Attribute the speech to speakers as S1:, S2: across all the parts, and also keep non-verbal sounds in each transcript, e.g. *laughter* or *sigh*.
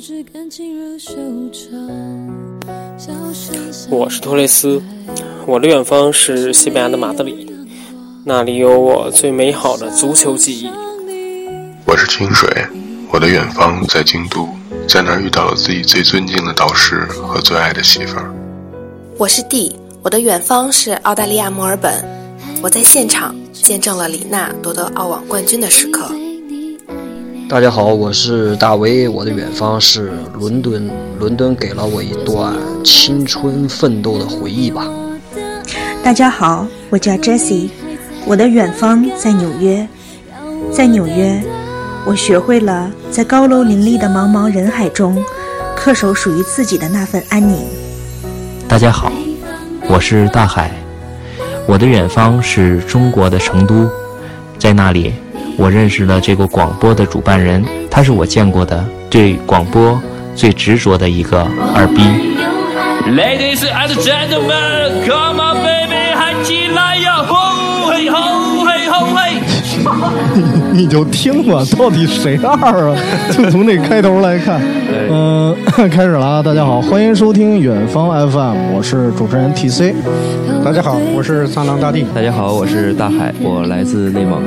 S1: 致感情如修长。笑声响
S2: 我是托雷斯，我的远方是西班牙的马德里，那里有我最美好的足球记忆。
S3: 我是清水，我的远方在京都，在那儿遇到了自己最尊敬的导师和最爱的媳妇儿。
S4: 我是 D，我的远方是澳大利亚墨尔本，我在现场见证了李娜夺得澳网冠军的时刻。
S5: 大家好，我是大威，我的远方是伦敦，伦敦给了我一段青春奋斗的回忆吧。
S6: 大家好，我叫 Jessie，我的远方在纽约，在纽约，我学会了在高楼林立的茫茫人海中，恪守属于自己的那份安宁。
S7: 大家好，我是大海，我的远方是中国的成都，在那里，我认识了这个广播的主办人，他是我见过的对广播最执着的一个二逼。
S8: Ladies and gentlemen, come on, baby，嗨起来呀！吼嘿吼嘿吼嘿！
S9: *laughs* 你就听吧，到底谁二啊？就从这开头来看， *laughs* 嗯、开始了啊！大家好，欢迎收听远方 FM，我是主持人 TC。
S1: 大家好，我
S10: 是苍狼大帝。
S11: 大家好，我是大海，我来自内蒙。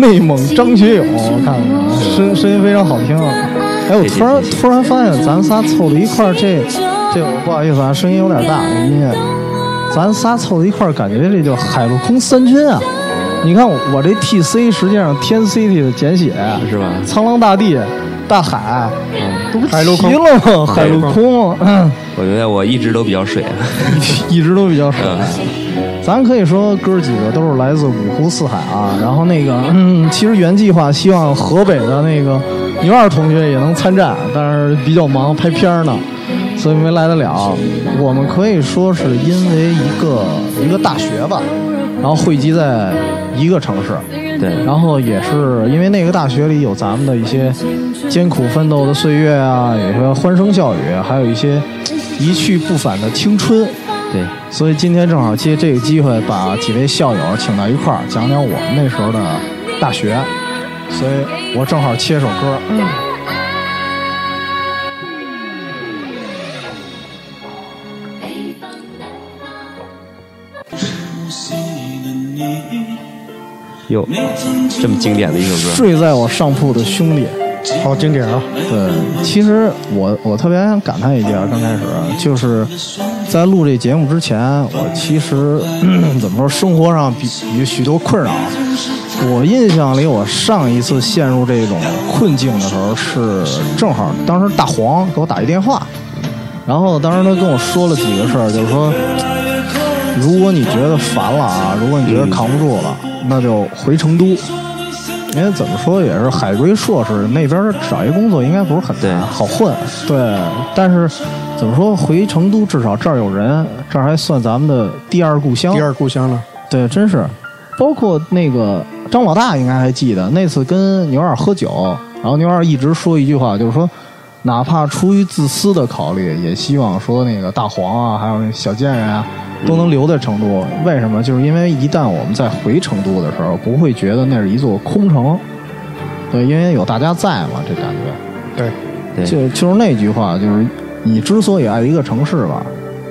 S9: 内蒙张学友，我看看，声声音非常好听啊。哎，我突然突然发现咱仨凑到一块儿，这这我不好意思啊，声音有点大，这音乐。咱仨凑到一块儿，感觉这叫海陆空三军啊！你看我我这 TC 实际上天 CT 的简写
S11: 是吧
S9: 苍狼大地、大海，这不
S10: 海陆空
S9: 齐了吗？嗯海陆空， *laughs* 嗯
S11: 我觉得我一直都比较水。啊
S9: *laughs* 一直都比较少。
S11: 嗯，
S9: 咱可以说哥几个都是来自五湖四海啊。然后那个，嗯，其实原计划希望河北的那个牛二同学也能参战，但是比较忙拍片儿呢，所以没来得了。我们可以说是因为一个一个大学吧，然后汇集在一个城市。
S11: 对，
S9: 然后也是因为那个大学里有咱们的一些艰苦奋斗的岁月啊，有些欢声笑语，还有一些一去不返的青春。
S11: 对，
S9: 所以今天正好借这个机会，把几位校友请到一块儿，讲讲我们那时候的大学。所以我正好切首歌，嗯，
S11: 哟，这么经典的一首歌，
S9: 睡在我上铺的兄弟。
S10: 好经典啊！
S9: 对，其实我我特别想感叹一句啊，刚开始就是在录这节目之前，我其实 *clears throat* 怎么说，生活上比有许多困扰。我印象里，我上一次陷入这种困境的时候是正好当时大黄给我打一电话，然后当时他跟我说了几个事儿，就是说，如果你觉得烦了啊，如果你觉得扛不住了，那就回成都。因为怎么说也是海归硕士那边儿找一工作应该不是很
S11: 对
S9: 难，好混。对，但是怎么说回成都至少这儿有人，这儿还算咱们的第二故乡。
S10: 第二故乡了，
S9: 对，真是，包括那个张老大应该还记得那次跟牛二喝酒，然后牛二一直说一句话，就是说，哪怕出于自私的考虑，也希望说那个大黄啊，还有那小贱人啊，都能留在成都。为什么？就是因为一旦我们再回成都的时候，不会觉得那是一座空城，对，因为有大家在嘛，这感觉。
S10: 对，
S11: 对，
S9: 就就是那句话，就是你之所以爱一个城市吧，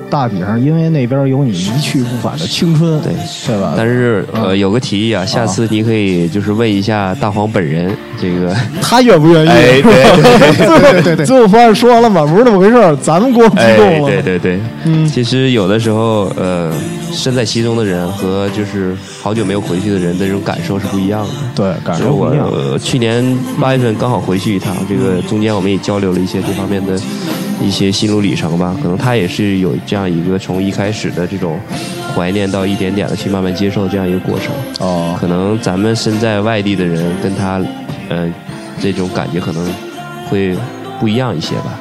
S9: 大体上因为那边有你一去不返的青春，
S11: 对
S9: 对吧？
S11: 但是呃，有个提议啊，下次你可以就是问一下大黄本人，这个
S9: 他愿不愿意？
S11: 哎对
S9: 对对对， *laughs* 最后发现说完了嘛，不是那么回事儿，咱们过激
S11: 哎，
S9: 动了。
S11: 对对对，
S9: 嗯
S11: 其实有的时候呃，身在其中的人和就是好久没有回去的人的这种感受是不一样的。
S9: 对，感
S11: 就是
S9: 受
S11: 我
S9: 不一样。
S11: 呃去年八月份刚好回去一趟，这个中间我们也交流了一些这方面的一些心路里程吧。可能他也是有这样一个从一开始的这种怀念到一点点的去慢慢接受这样一个过程。
S9: 哦，
S11: 可能咱们身在外地的人跟他，呃，这种感觉可能会不一样一些吧。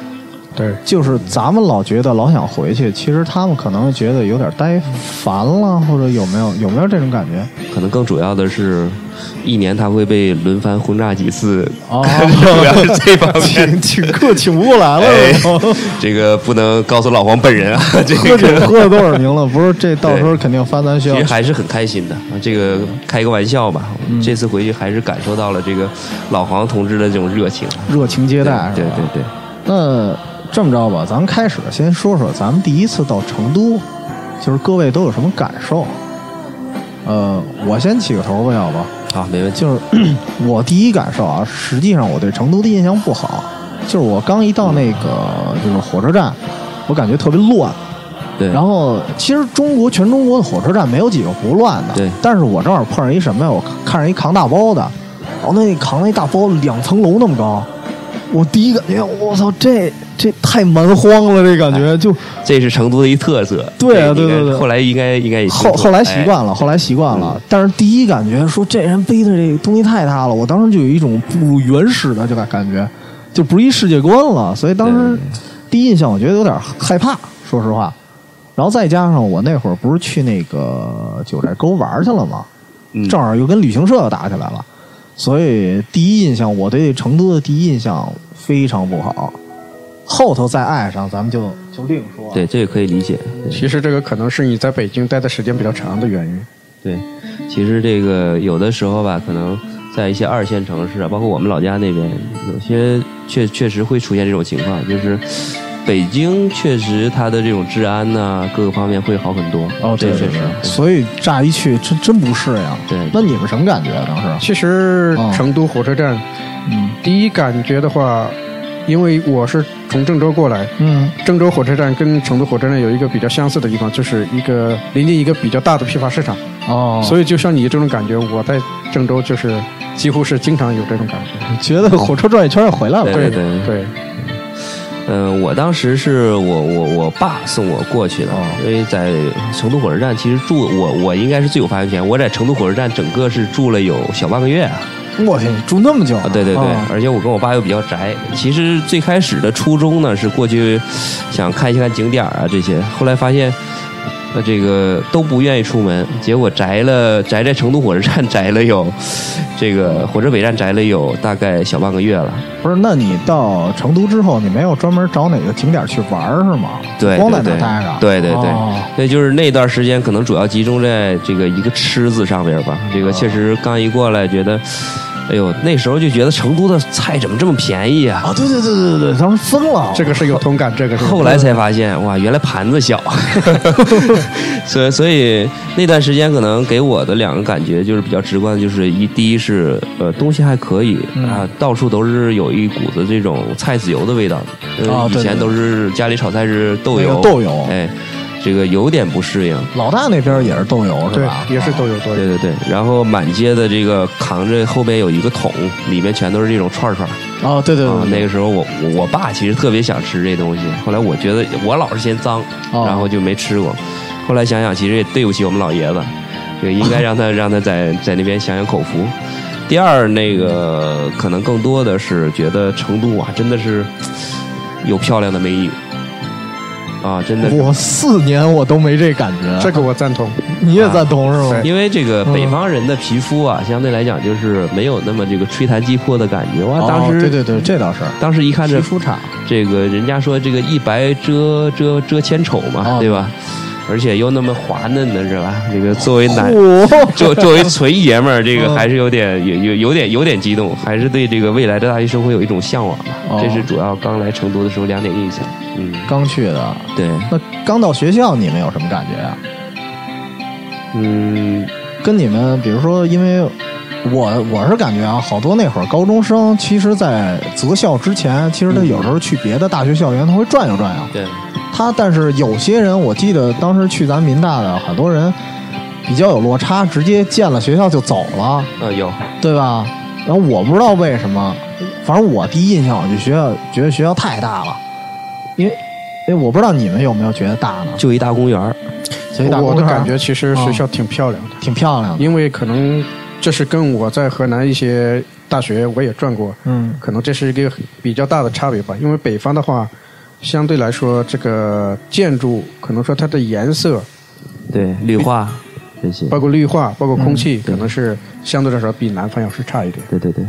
S10: 对，
S9: 就是咱们老觉得老想回去，其实他们可能觉得有点呆烦了，或者有没有有没有这种感觉？
S11: 可能更主要的是，一年他会被轮番轰炸几次，*laughs*
S9: 哦
S11: 主要是这方面
S9: *laughs* 请。请客请不过来了
S11: 哎
S9: 是吗？，
S11: 这个不能告诉老黄本人啊， *laughs* 这
S9: 喝酒
S11: 个
S9: 喝了多少名了？不是，这到时候肯定翻咱学
S11: 其实
S9: 校。
S11: 还是很开心的。啊这个开个玩笑吧，
S9: 嗯
S11: 这次回去还是感受到了这个老黄同志的这种热情。
S9: 热情接待，
S11: 对
S9: 是吧
S11: 对对，
S9: 那这么着吧，咱们开始先说说咱们第一次到成都，就是各位都有什么感受？呃，我先起个头吧，要不？
S11: 好，没问
S9: 题。就是 *clears throat* 我第一感受啊，实际上我对成都的印象不好，就是我刚一到那个就是火车站，我感觉特别乱。
S11: 对。
S9: 然后，其实中国全中国的火车站没有几个不乱的。
S11: 对。
S9: 但是我正好碰上一什么呀？我看上一扛大包的，然后那扛那大包两层楼那么高，我第一感觉，我操，这这太蛮荒了，这感
S11: 哎
S9: 觉就。
S11: 这是成都的一特色。
S9: 对啊
S11: 这应该
S9: 对对对
S11: 后来应该应该也
S9: 后后来习惯了，
S11: 哎
S9: 后来习惯了。但是第一感觉说这人背的这东西太大了，我当时就有一种步入原始的这个感觉，就不是一世界观了。所以当时第一印象我觉得有点害怕，说实话。然后再加上我那会儿不是去那个九寨沟玩去了吗？正好又跟旅行社又打起来了，所以第一印象我对成都的第一印象非常不好。后头再爱上，咱们就就另说。
S11: 对，这个可以理解。
S10: 其实这个可能是你在北京待的时间比较长的原因。
S11: 对，其实这个有的时候吧，可能在一些二线城市啊，包括我们老家那边，有些确确实会出现这种情况，就是北京确实它的这种治安呐、各个方面会好很多。
S9: 哦，
S11: 这确实。
S9: 所以乍一去真真不是呀。
S11: 对，
S9: 那你们什么感觉啊当时？
S10: 其实
S11: 哦
S10: 成都火车站，嗯，第一感觉的话，因为我是从郑州过来，
S9: 嗯，
S10: 郑州火车站跟成都火车站有一个比较相似的地方，就是一个临近一个比较大的批发市场，
S9: 哦
S10: 所以就像你这种感觉，我在郑州就是几乎是经常有这种感觉。
S9: 觉得火车转一圈又回来了。
S11: 对
S10: 对
S11: 对。嗯、我当时是我我我爸送我过去的，
S9: 哦
S11: 因为在成都火车站其实住我我应该是最有发言权，我在成都火车站整个是住了有小半个月啊。
S9: 我天，你住那么久、
S11: 啊，对对对，
S9: 哦
S11: 而且我跟我爸又比较宅。其实最开始的初衷呢是过去想看一看景点儿啊这些，后来发现呃这个都不愿意出门，结果宅了宅在成都火车站宅了有这个火车北站宅了有大概小半个月了。
S9: 不是，那你到成都之后，你没有专门找哪个景点去玩儿是吗？
S11: 对，
S9: 光在
S11: 对对
S9: 那儿待着。
S11: 对对对
S9: 哦，
S11: 那就是那段时间可能主要集中在这个一个“吃”字上边吧。这个确实刚一过来，觉得，哎呦，那时候就觉得成都的菜怎么这么便宜啊？
S9: 啊，对对对对对，咱们疯了。
S10: 这个是有同感，这个是有
S11: 后来才发现，哇，原来盘子
S6: *laughs*
S11: 小，所以所以那段时间可能给我的两个感觉就是比较直观的，就是一第一是呃东西还可以
S9: 嗯
S11: 啊，到处都是有一股子这种菜籽油的味道，呃
S9: 啊对
S11: 以前
S9: 对
S11: 都是家里炒菜是豆
S9: 那
S11: 油，
S9: 个豆油
S11: 哎，这个有点不适应，
S9: 老大那边也是豆油是吧？哦
S10: 也是都有多
S11: 对对对，然后满街的这个扛着后边有一个桶，里面全都是这种串串。
S9: 哦，对对
S11: 啊，
S9: 对
S11: 那
S9: 对，
S11: 个时候我我我爸其实特别想吃这东西，后来我觉得我老是嫌脏，
S9: 哦
S11: 然后就没吃过。后来想想，其实也对不起我们老爷子，就应该让
S9: *laughs*
S11: 他让他在在那边享享口福。第二，那个可能更多的是觉得成都啊，真的是有漂亮的美女啊，真的是
S9: 我四年我都没这感觉。
S10: 这个我赞同，
S9: 你也赞同是吗？
S11: 啊
S9: 嗯
S11: 因为这个北方人的皮肤啊，相对来讲就是没有那么这个吹弹击破的感觉。哇，
S9: 哦
S11: 当时、
S9: 对对对，这倒是。
S11: 当时一看这
S9: 皮肤差，
S11: 这个人家说这个一白遮遮遮千丑嘛，啊
S9: 哦
S11: 对吧？而且又那么滑嫩的是吧？这个作为 *laughs* 男，
S9: 哦
S11: 作作为纯爷们儿，这
S9: *laughs*
S11: 个还是有点有有有点有点激动，还是对这个未来的大学生活有一种向往吧。
S9: 哦
S11: 这是主要刚来成都的时候两点印象。嗯，
S9: 刚去的。
S11: 对，
S9: 那刚到学校，你们有什么感觉啊呀、
S11: 嗯，
S9: 跟你们，比如说，因为我我是感觉啊，好多那会儿高中生，其实，在择校之前，其实他有时候去别的大学校园，他会转悠转悠。
S11: 对，
S9: 他但是有些人，我记得当时去咱民大的很多人比较有落差，直接建了学校就走了，
S11: 呃，有，
S9: 对吧？然后我不知道为什么，反正我第一印象我就学校觉得学校太大了，因为因为我不知道你们有没有觉得大呢？
S11: 就一大公园儿，
S9: 所以大
S10: 我
S9: 公
S10: 的
S9: 园儿
S10: 感觉其实学校
S11: 哦
S10: 挺漂亮的，
S9: 挺漂亮的，
S10: 因为可能这是跟我在河南一些大学我也转过，
S9: 嗯，
S10: 可能这是一个比较大的差别吧。因为北方的话，相对来说这个建筑可能说它的颜色，
S11: 对，绿化这些，
S10: 包括绿化，包括空气，可能是相对来说比南方要是差一点。
S11: 对对对，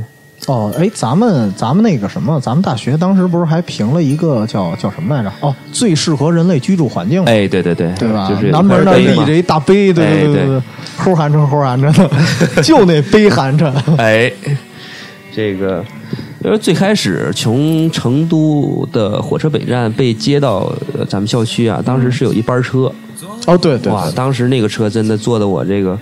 S9: 哦，哎，咱们咱们那个什么，咱们大学当时不是还评了一个叫叫什么来着？哦，最适合人类居住环境，
S11: 哎，对对对，
S9: 对吧？
S11: 就是
S9: 南门那儿
S11: 对
S9: 立
S11: 嘛
S9: 着一大碑，对
S11: 哎
S9: 对对，齁寒碜齁寒碜的，就那碑寒碜。
S11: 哎，这个，嗯、因为最开始从成都的火车北站被接到呃咱们校区啊，当时是有一班车。
S9: 哦，对对，
S11: 哇，当时那个车真的坐的我这个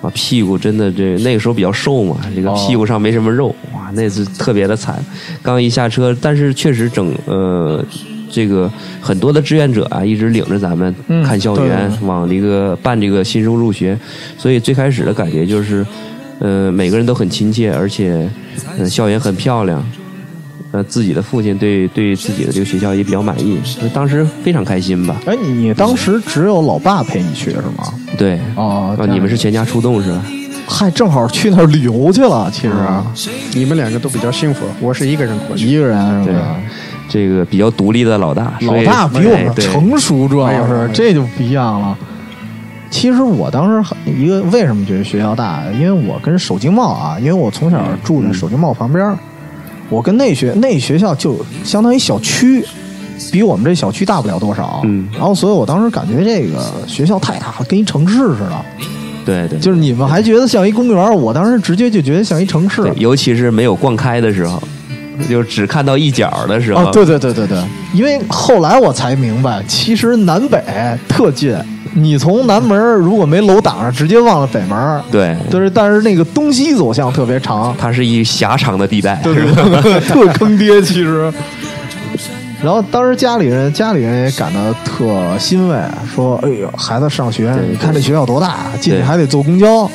S11: 啊屁股真的这那个时候比较瘦嘛，这个
S9: 哦
S11: 屁股上没什么肉，哇，那是特别的惨。刚一下车，但是确实整呃这个很多的志愿者啊，一直领着咱们
S9: 嗯
S11: 看校园，往这个办这个新生入学，所以最开始的感觉就是，呃，每个人都很亲切，而且呃校园很漂亮。呃，自己的父亲对对自己的这个学校也比较满意，所以当时非常开心吧。
S9: 哎，你当时只有老爸陪你去是吗？
S11: 对，啊
S9: 哦
S11: 你们是全家出动是吧？
S9: 嗨，正好去那儿旅游去了，其实啊，
S10: 你们两个都比较幸福，我是一个人过去，
S9: 一个人是
S11: 对
S9: 吧？，
S11: 这个比较独立的老大，
S9: 老大比我们
S11: 成。
S9: 成熟，主要
S10: 哎没有
S9: 是
S10: 没有
S9: 这就不一样了。其实我当时很一个为什么觉得学校大，因为我跟首经贸啊，因为我从小住在首经贸旁边儿，我跟那学那学校就相当于小区，比我们这小区大不了多少。
S11: 嗯
S9: 然后所以我当时感觉这个学校太大了，跟一城市似的，
S11: 对对，
S9: 就是你们还觉得像一公园儿，我当时直接就觉得像一城市
S11: 对。尤其是没有逛开的时候，就只看到一角的时候，
S9: 啊，对对对对对，因为后来我才明白，其实南北特近，你从南门儿如果没楼挡着，直接望了北门儿。
S11: 对
S9: 就是，但是那个东西走向特别长，
S11: 它是一狭长的地带，
S9: 对对
S11: 是吧？
S9: 对，特坑爹其实。然后当时家里人家里人也感到特欣慰，说：“哎呦，孩子上学，
S11: 对
S9: 你看这学校多大，进去
S11: 对
S9: 还得坐公交。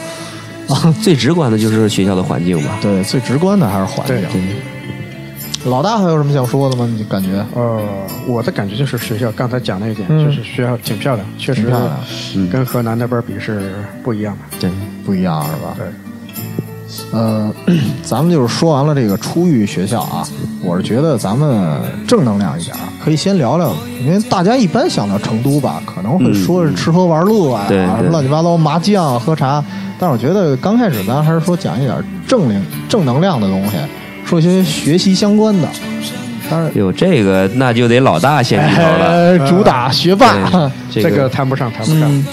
S11: 最 *laughs* 直观的就是学校的环境吧”。
S9: 对，最直观的还是环境。老大还有什么想说的吗？你感觉？
S10: 呃，我的感觉就是学校刚才讲了一点，
S9: 嗯
S10: 就是学校挺漂亮，确
S9: 挺
S10: 实
S9: 漂亮
S11: 嗯
S10: 跟河南那边比是不一样的。
S11: 对，
S9: 不一样是吧？
S10: 对，
S9: 呃， *clears throat* 咱们就是说完了这个初遇学校啊，我是觉得咱们正能量一点儿，啊可以先聊聊，因为大家一般想到成都吧，可能会说是吃喝玩乐啊，
S11: 嗯对
S9: 什么
S11: 嗯对
S9: 乱七八糟麻将、喝茶，但是我觉得刚开始咱还是说讲一点正能正能量的东西，说一些学习相关的，当然。
S11: 有这个那就得老大先低头了。
S9: 呃主打学霸，
S11: 对，
S10: *laughs* 这
S11: 个
S10: 个谈不上，谈不上。
S9: 嗯，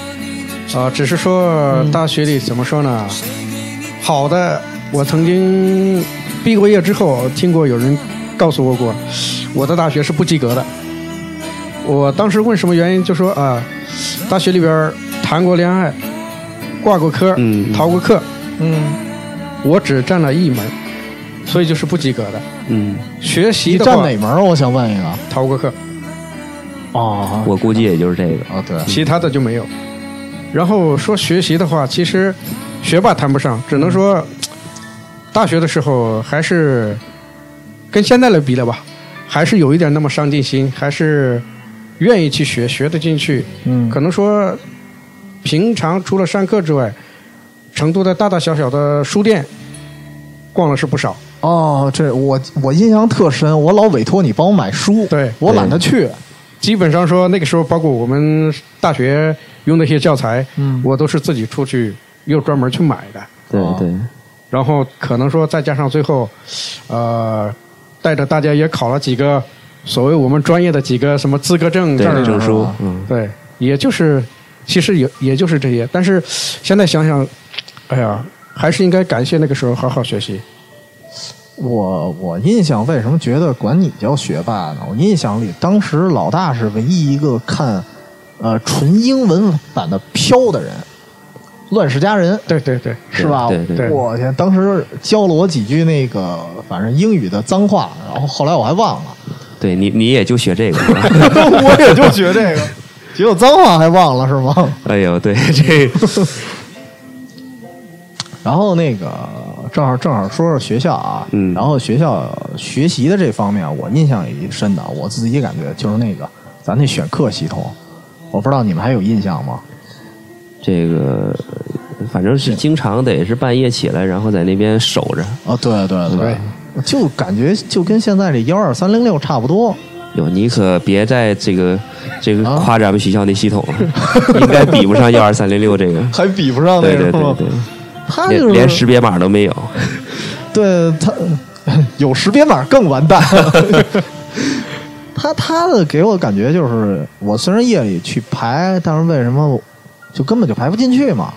S10: 呃，只是说大学里怎么说呢？好的，我曾经毕过业之后，听过有人告诉我过，我的大学是不及格的。我当时问什么原因，就说啊，大学里边儿谈过恋爱，挂过科，
S11: 嗯嗯
S10: 逃过课，嗯，我只占了一门，所以就是不及格的。
S11: 嗯，
S10: 学习
S9: 你
S10: 的
S9: 占
S10: 话
S9: 哪，门儿？我想问一个。
S10: 逃过课，
S9: 哦
S11: 我估计也就是这个。
S9: 哦，对，
S10: 其他的就没有。然后说学习的话，其实学霸谈不上，只能说大学的时候还是跟现在来比了吧，还是有一点那么上进心，还是愿意去学，学得进去。
S9: 嗯，
S10: 可能说平常除了上课之外，成都的大大小小的书店逛了是不少。
S9: 哦，这我我印象特深，我老委托你帮我买书，
S10: 对
S9: 我懒得去，
S10: 基本上说那个时候，包括我们大学用的一些教材，
S9: 嗯
S10: 我都是自己出去又专门去买的。
S11: 对
S9: 哦
S11: 对，
S10: 然后可能说再加上最后，呃，带着大家也考了几个所谓我们专业的几个什么资格证
S11: 对
S10: 证儿
S11: 证书
S9: 啊，
S11: 嗯，
S10: 对，也就是其实也也就是这些。但是现在想想，哎呀，还是应该感谢那个时候好好学习。
S9: 我我印象为什么觉得管你叫学霸呢？我印象里当时老大是唯一一个看，呃，纯英文版的《飘》的人，《乱世佳人》
S10: 对对对，
S9: 是吧？
S11: 对对
S10: 对
S9: 我天，当时教了我几句那个反正英语的脏话，然后后来我还忘了，
S11: 对你你也就学这个。是吧
S9: *laughs* 我也就学
S11: *laughs*
S9: 这个，结果脏话还忘了是吗？
S11: 哎呦，对这，
S9: *laughs* 然后那个正好正好说说学校啊，
S11: 嗯
S9: 然后学校学习的这方面，我印象也深的，我自己感觉就是那个咱那选课系统，我不知道你们还有印象吗？
S11: 这个，反正是经常得是半夜起来，然后在那边守着。
S9: 啊，对对
S10: 对，
S9: 就感觉就跟现在这幺二三零六差不多，
S11: 哟，你可别再这个这个
S9: 啊
S11: 夸咱们学校那系统了，应该比不上幺二三零六这个。
S9: 还比不上
S11: 对
S9: 那
S11: 对
S9: 个是
S11: 对
S9: 吗？
S11: 对，
S9: 他就
S11: 连
S9: 是
S11: 连识别码都没有。
S9: 对他 *laughs* 有识别码更完蛋。 *laughs* 他他的给我感觉就是，我虽然夜里去排，但是为什么我就根本就排不进去嘛？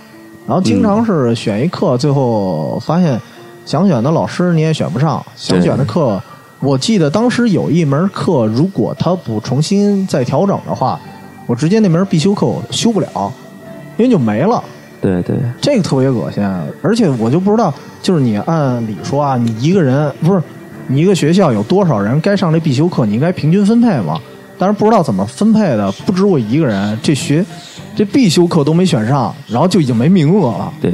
S9: 然后经常是选一课，最后发现想选的老师你也选不上，想选的课，我记得当时有一门课，如果他不重新再调整的话，我直接那门必修课我修不了，因为就没了。
S11: 对对，
S9: 这个特别恶心，而且我就不知道，就是你按理说啊，你一个人不是你一个学校有多少人该上这必修课，你应该平均分配嘛。但是不知道怎么分配的，不止我一个人，这学这必修课都没选上，然后就已经没名额了。
S11: 对，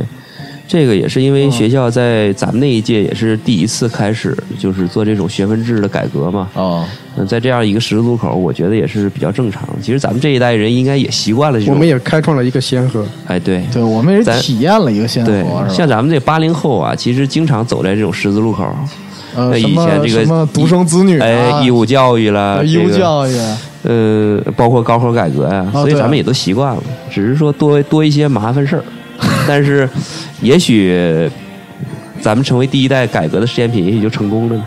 S11: 这个也是因
S9: 嗯
S11: 为学校在咱们那一届也是第一次开始，就是做这种学分制的改革嘛。
S9: 哦，
S11: 在这样一个十字路口，我觉得也是比较正常。其实咱们这一代人应该也习惯了这种。
S10: 我们也开创了一个先河。
S11: 哎，对，
S9: 对我们也体验了一个先河，
S11: 对，像咱们这八零后啊，其实经常走在这种十字路口。
S9: 呃
S11: 那以前这个
S9: 什么什么独生子女啊
S11: 哎，义务教育啦，
S9: 义务
S11: 这个
S9: 教育
S11: 呃，包括高考改革呀、
S9: 哦
S11: 所以
S9: 对啊
S11: 咱们也都习惯了，只是说多多一些麻烦
S9: *laughs*
S11: 事儿。但是，也许咱们成为第一代改革的实验品，也许就成功了呢，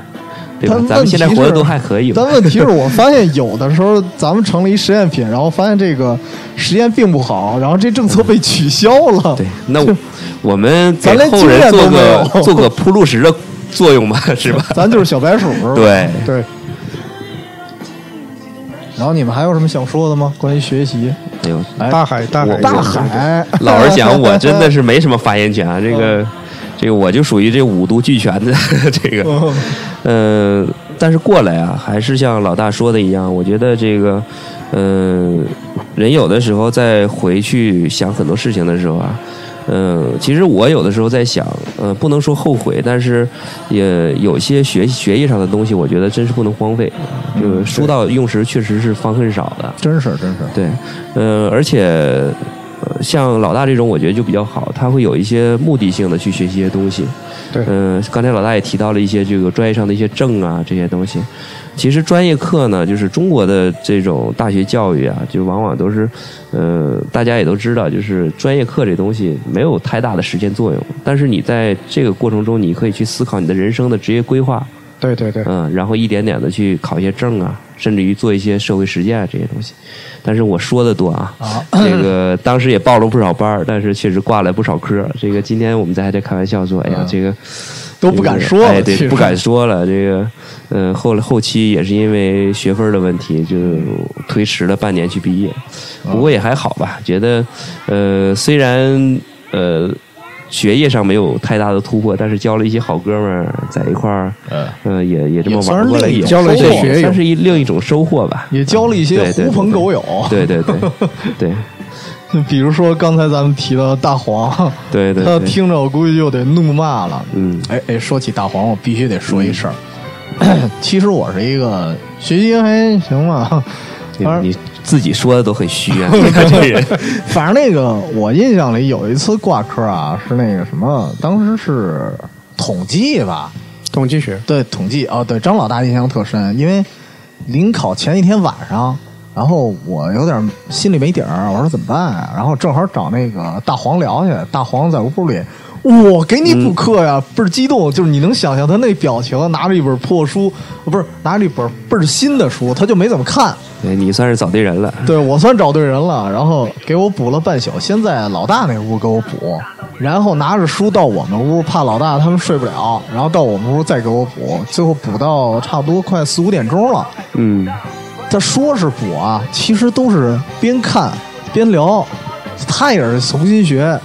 S11: 对吧
S9: 但？
S11: 咱们现在
S9: 问题
S11: 活得
S9: 是
S11: 都还可以吧。
S9: 但问题是我发现有的时候咱们成了一实验品，然后发现这个实验并不好，然后这政策被取消
S11: *laughs*
S9: 了。对，
S11: 那我我们给
S9: 咱连
S11: 后
S9: 经
S11: 人
S9: 验
S11: 做
S9: 都没
S11: 个 *laughs*
S9: 有
S11: 做个铺路石的作用吧，是吧？
S9: 咱就是小白鼠。是吧
S11: 对
S10: 对。
S9: 然后你们还有什么想说的吗？关于学习？
S11: 哎呦，
S10: 大海，大
S11: 我
S10: 海，
S11: 我
S9: 大海，嗯
S11: 老实讲，我真的是没什么发言权啊。这个，这个我就属于这五毒俱全的 *laughs* 这个，
S9: 嗯
S11: 呃，但是过来啊，还是像老大说的一样，我觉得这个，呃，人有的时候在回去想很多事情的时候啊。嗯，其实我有的时候在想，呃，不能说后悔，但是也有些学学业上的东西，我觉得真是不能荒废。就是书到用时，确实是方恨少的。
S9: 真是真是。
S11: 对，呃，而且、呃像老大这种，我觉得就比较好，他会有一些目的性的去学习一些东西。
S10: 对，
S11: 嗯，刚才老大也提到了一些这个专业上的一些证啊这些东西。其实专业课呢，就是中国的这种大学教育啊，就往往都是，呃，大家也都知道，就是专业课这东西没有太大的实践作用。但是你在这个过程中，你可以去思考你的人生的职业规划，
S10: 对对对，
S11: 嗯，然后一点点的去考一些证啊，甚至于做一些社会实践啊这些东西。但是我说的多啊，这个当时也报了不少班儿，但是确实挂了不少科儿。这个今天我们在还在开玩笑说，哎呀，这个
S9: 啊都不敢说了
S11: 哎，
S9: 其
S11: 对，
S9: 实
S11: 不敢说了。这个，呃，后来后期也是因为学分儿的问题，就推迟了半年去毕业。
S9: 啊
S11: 不过也还好吧，觉得，呃，虽然呃学业上没有太大的突破，但是交了一些好哥们儿在一块儿，
S9: 嗯
S11: 呃，也也这么玩过来，也
S9: 交了一些学友
S11: 算是一另一种收获吧。
S9: 也交了一些
S11: 对对
S9: 狐朋狗友。
S11: 对对对
S9: *laughs*
S11: 对
S9: 比如说刚才咱们提到的大黄，
S11: 对对
S9: 他
S11: 对，
S9: 听着我估计就得怒骂了。
S11: 嗯，
S9: 哎哎，说起大黄，我必须得说一事儿。 *clears throat* 其实我是一个学习还行吧，
S11: 你
S9: 反正
S11: 你自己说的都很虚
S9: *laughs*
S11: 啊，你看这人。
S9: 反正那个我印象里有一次挂科啊，是那个什么，当时是统计吧，
S10: 统计学，
S9: 对统计哦，对张老大印象特深，因为临考前一天晚上，然后我有点心里没底儿，我说怎么办啊？然后正好找那个大黄聊去，大黄在屋里。我给你补课呀，倍儿激动，就是你能想象他那表情，拿着一本破书，不是拿着一本倍儿新的书，他就没怎么看，
S11: 对哎你算是找对人了。
S9: 对我算找对人了，然后给我补了半宿，先在老大那屋给我补，然后拿着书到我们屋，怕老大他们睡不了，然后到我们屋再给我补，最后补到差不多快四五点钟了。
S11: 嗯，
S9: 他说是补啊，其实都是边看边聊，他也是重新学，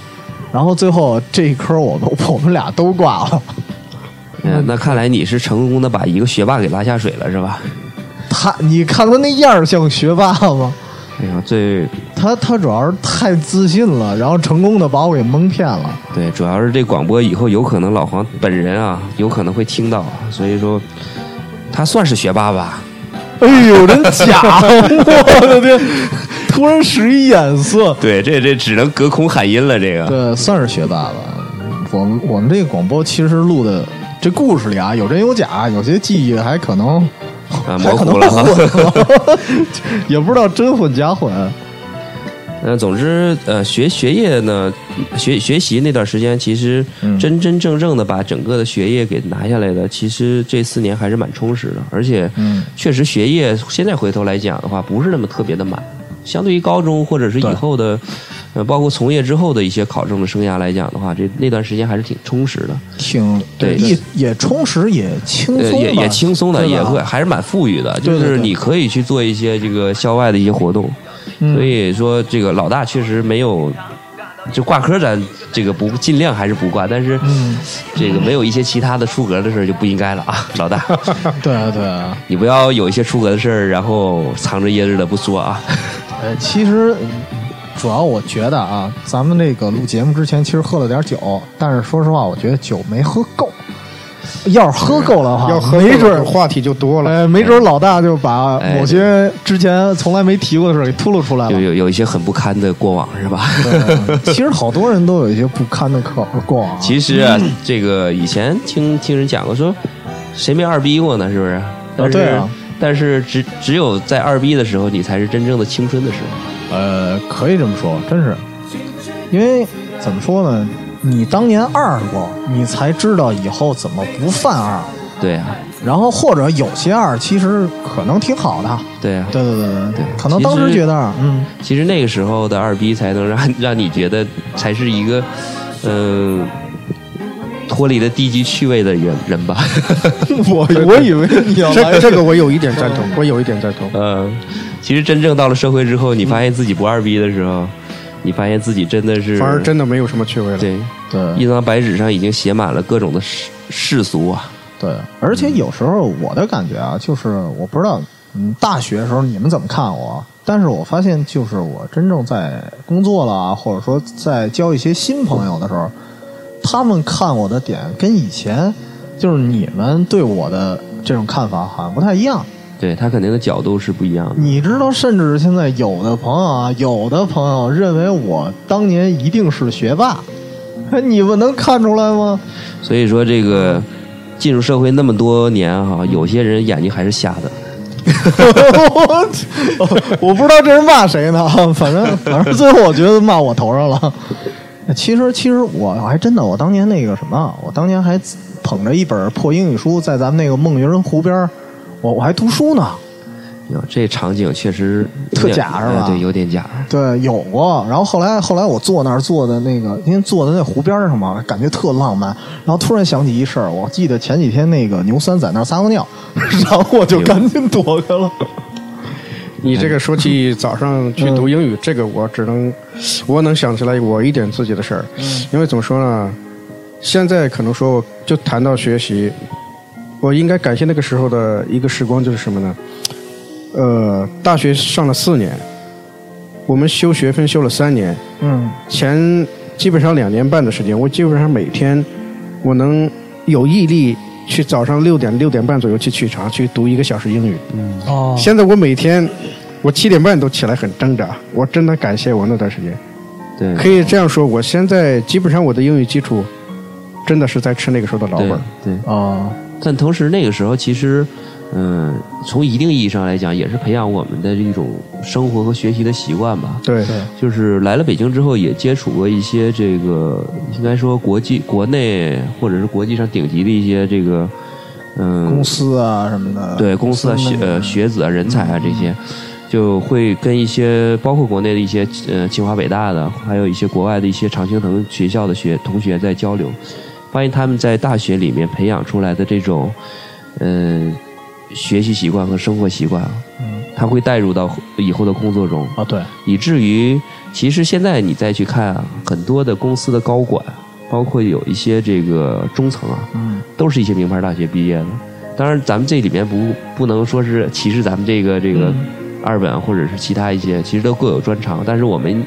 S9: 然后最后这一科我们我们俩都挂了。 *laughs*
S11: 嗯，那看来你是成功的把一个学霸给拉下水了，是吧？
S9: 他，你看他那样儿像学霸吗？
S11: 哎呀，最
S9: 他他主要是太自信了，然后成功的把我给蒙骗了。
S11: 对，主要是这广播以后有可能老黄本人啊，有可能会听到，所以说他算是学霸吧。
S9: 哎呦，真
S11: *laughs*
S9: 假！我的天，突然使一眼色。
S11: 对，这这只能隔空喊音了，这个。
S9: 对，算是学霸吧。我们我们这个广播其实录的这故事里啊，有真有假，有些记忆还可能
S11: 啊，
S9: 还
S11: 模
S9: 可能
S11: 糊了
S9: 混
S11: 哈。
S9: 了， *laughs* 也不知道真混
S11: *laughs*
S9: 假混。
S11: 呃，总之，呃，学学业呢，学学习那段时间，其实
S9: 嗯
S11: 真真正正的把整个的学业给拿下来的，其实这四年还是蛮充实的，而且
S9: 嗯
S11: 确实学业现在回头来讲的话，不是那么特别的满。相对于高中或者是以后的，呃，包括从业之后的一些考证的生涯来讲的话，这那段时间还是挺充实的，
S9: 挺
S11: 对，
S9: 也也充实，也轻
S11: 呃
S9: 松吧，
S11: 也也轻松的，
S9: 对吧
S11: 也会还是蛮富裕的，就
S9: 对对
S11: 是
S9: 对
S11: 你可以去做一些这个校外的一些活动。所以说，这个老大确实没有，就挂科咱这个不尽量还是不挂，但
S9: 嗯
S11: 是这个没有一些其他的出格的事儿就不应该了啊，老大，
S9: *laughs* 对啊，对啊，
S11: 你不要有一些出格的事儿，然后藏着掖着的不说啊。
S9: 呃，其实主要我觉得啊，咱们这个录节目之前其实喝了点酒，但是说实话，我觉得酒没喝够。要是喝够了的话，
S10: 要喝够了
S9: 没准儿
S10: 话题就多了
S9: 哎，没准儿老大就把
S11: 哎
S9: 某些之前从来没提过的事儿给秃噜出来
S11: 有
S9: 了。
S11: 有有一些很不堪的过往是吧？
S9: *laughs* 其实好多人都有一些不堪的过过往。
S11: 其实啊，
S10: 嗯
S11: 这个以前听听人讲过说，谁没二逼过呢？是不
S10: 哦
S11: 是？但是、
S9: 对啊
S11: 但是只只有在二逼的时候，你才是真正的青春的时候。
S9: 呃，可以这么说，真是，因为怎么说呢，你当年二过，你才知道以后怎么不犯二。
S11: 对啊，
S9: 然后或者有些二其实可能挺好的，
S11: 对啊，
S9: 对对对对，可能当时觉得二，嗯，
S11: 其实那个时候的二逼才能让让你觉得才是一个，嗯、脱离了低级趣味的人人吧。
S10: *laughs* 我
S9: 我以为你 *laughs* 要
S10: 这
S9: 来
S10: 个这个我有一点赞同，我有一点赞同。
S11: 嗯，其实真正到了社会之后，你发现自己不二逼的时候，你发现自己真的是
S10: 反而真的没有什么趣味了。
S11: 对
S9: 对
S11: 一张白纸上已经写满了各种的世世俗啊。
S9: 对，而且有时候我的感觉啊，就是我不知道，嗯，大学的时候你们怎么看我？但是我发现，就是我真正在工作了啊，或者说在交一些新朋友的时候，他们看我的点跟以前就是你们对我的这种看法好像不太一样。
S11: 对他肯定的角度是不一样的。
S9: 你知道，甚至现在有的朋友啊，有的朋友认为我当年一定是学霸， *laughs* 哎，你们能看出来吗？
S11: 所以说这个进入社会那么多年哈、有些人眼睛还是瞎的。
S9: 我 *laughs* 我不知道这是骂谁呢， *laughs* 反正反正最后我觉得骂我头上了。其实其实我还真的，我当年那个什么，我当年还捧着一本破英语书，在咱们那个梦云湖边儿，我我还读书呢。
S11: 哟，这场景确实有
S9: 特
S11: 点
S9: 假是吧
S11: 哎对，有点假。
S9: 对，有过。然后后来后来我坐那儿坐的那个，因为坐在那湖边儿上嘛，感觉特浪漫。然后突然想起一事儿，我记得前几天那个牛三在那儿撒过尿， *laughs* 然后我就赶紧躲开了。
S10: 你这个说起早上去读英语，这个我只能，我能想起来我一点自己的事儿，因为怎么说呢，现在可能说就谈到学习，我应该感谢那个时候的一个时光就是什么呢？呃，大学上了四年，我们修学分修了三年，
S9: 嗯，
S10: 前基本上两年半的时间，我基本上每天我能有毅力去早上六点六点半左右去取茶去读一个小时英语。嗯，
S9: 哦
S10: 现在我每天我七点半都起来很挣扎，我真的感谢我那段时间。
S11: 对，
S10: 可以这样说，我现在基本上我的英语基础真的是在吃那个时候的老本
S11: 对
S10: 儿。
S11: 对。
S9: 啊，
S11: 但同时那个时候其实，嗯、从一定意义上来讲，也是培养我们的这种生活和学习的习惯吧。
S10: 对，
S11: 就是来了北京之后，也接触过一些这个，应该说国际、国内或者是国际上顶级的一些这个，嗯，
S9: 公司啊什么的，
S11: 对公司啊、学呃学子啊、人才啊这些，就会跟一些包括国内的一些呃清华北大的，还有一些国外的一些常青藤学校的学同学在交流，发现他们在大学里面培养出来的这种嗯、学习习惯和生活习惯，
S9: 嗯，
S11: 他会带入到以后的工作中，
S9: 啊对，
S11: 以至于其实现在你再去看啊，很多的公司的高管，包括有一些这个中层啊，
S9: 嗯，
S11: 都是一些名牌大学毕业的。当然，咱们这里面不不能说是歧视咱们这个这个二本啊或者是其他一些，其实都各有专长。但是我们，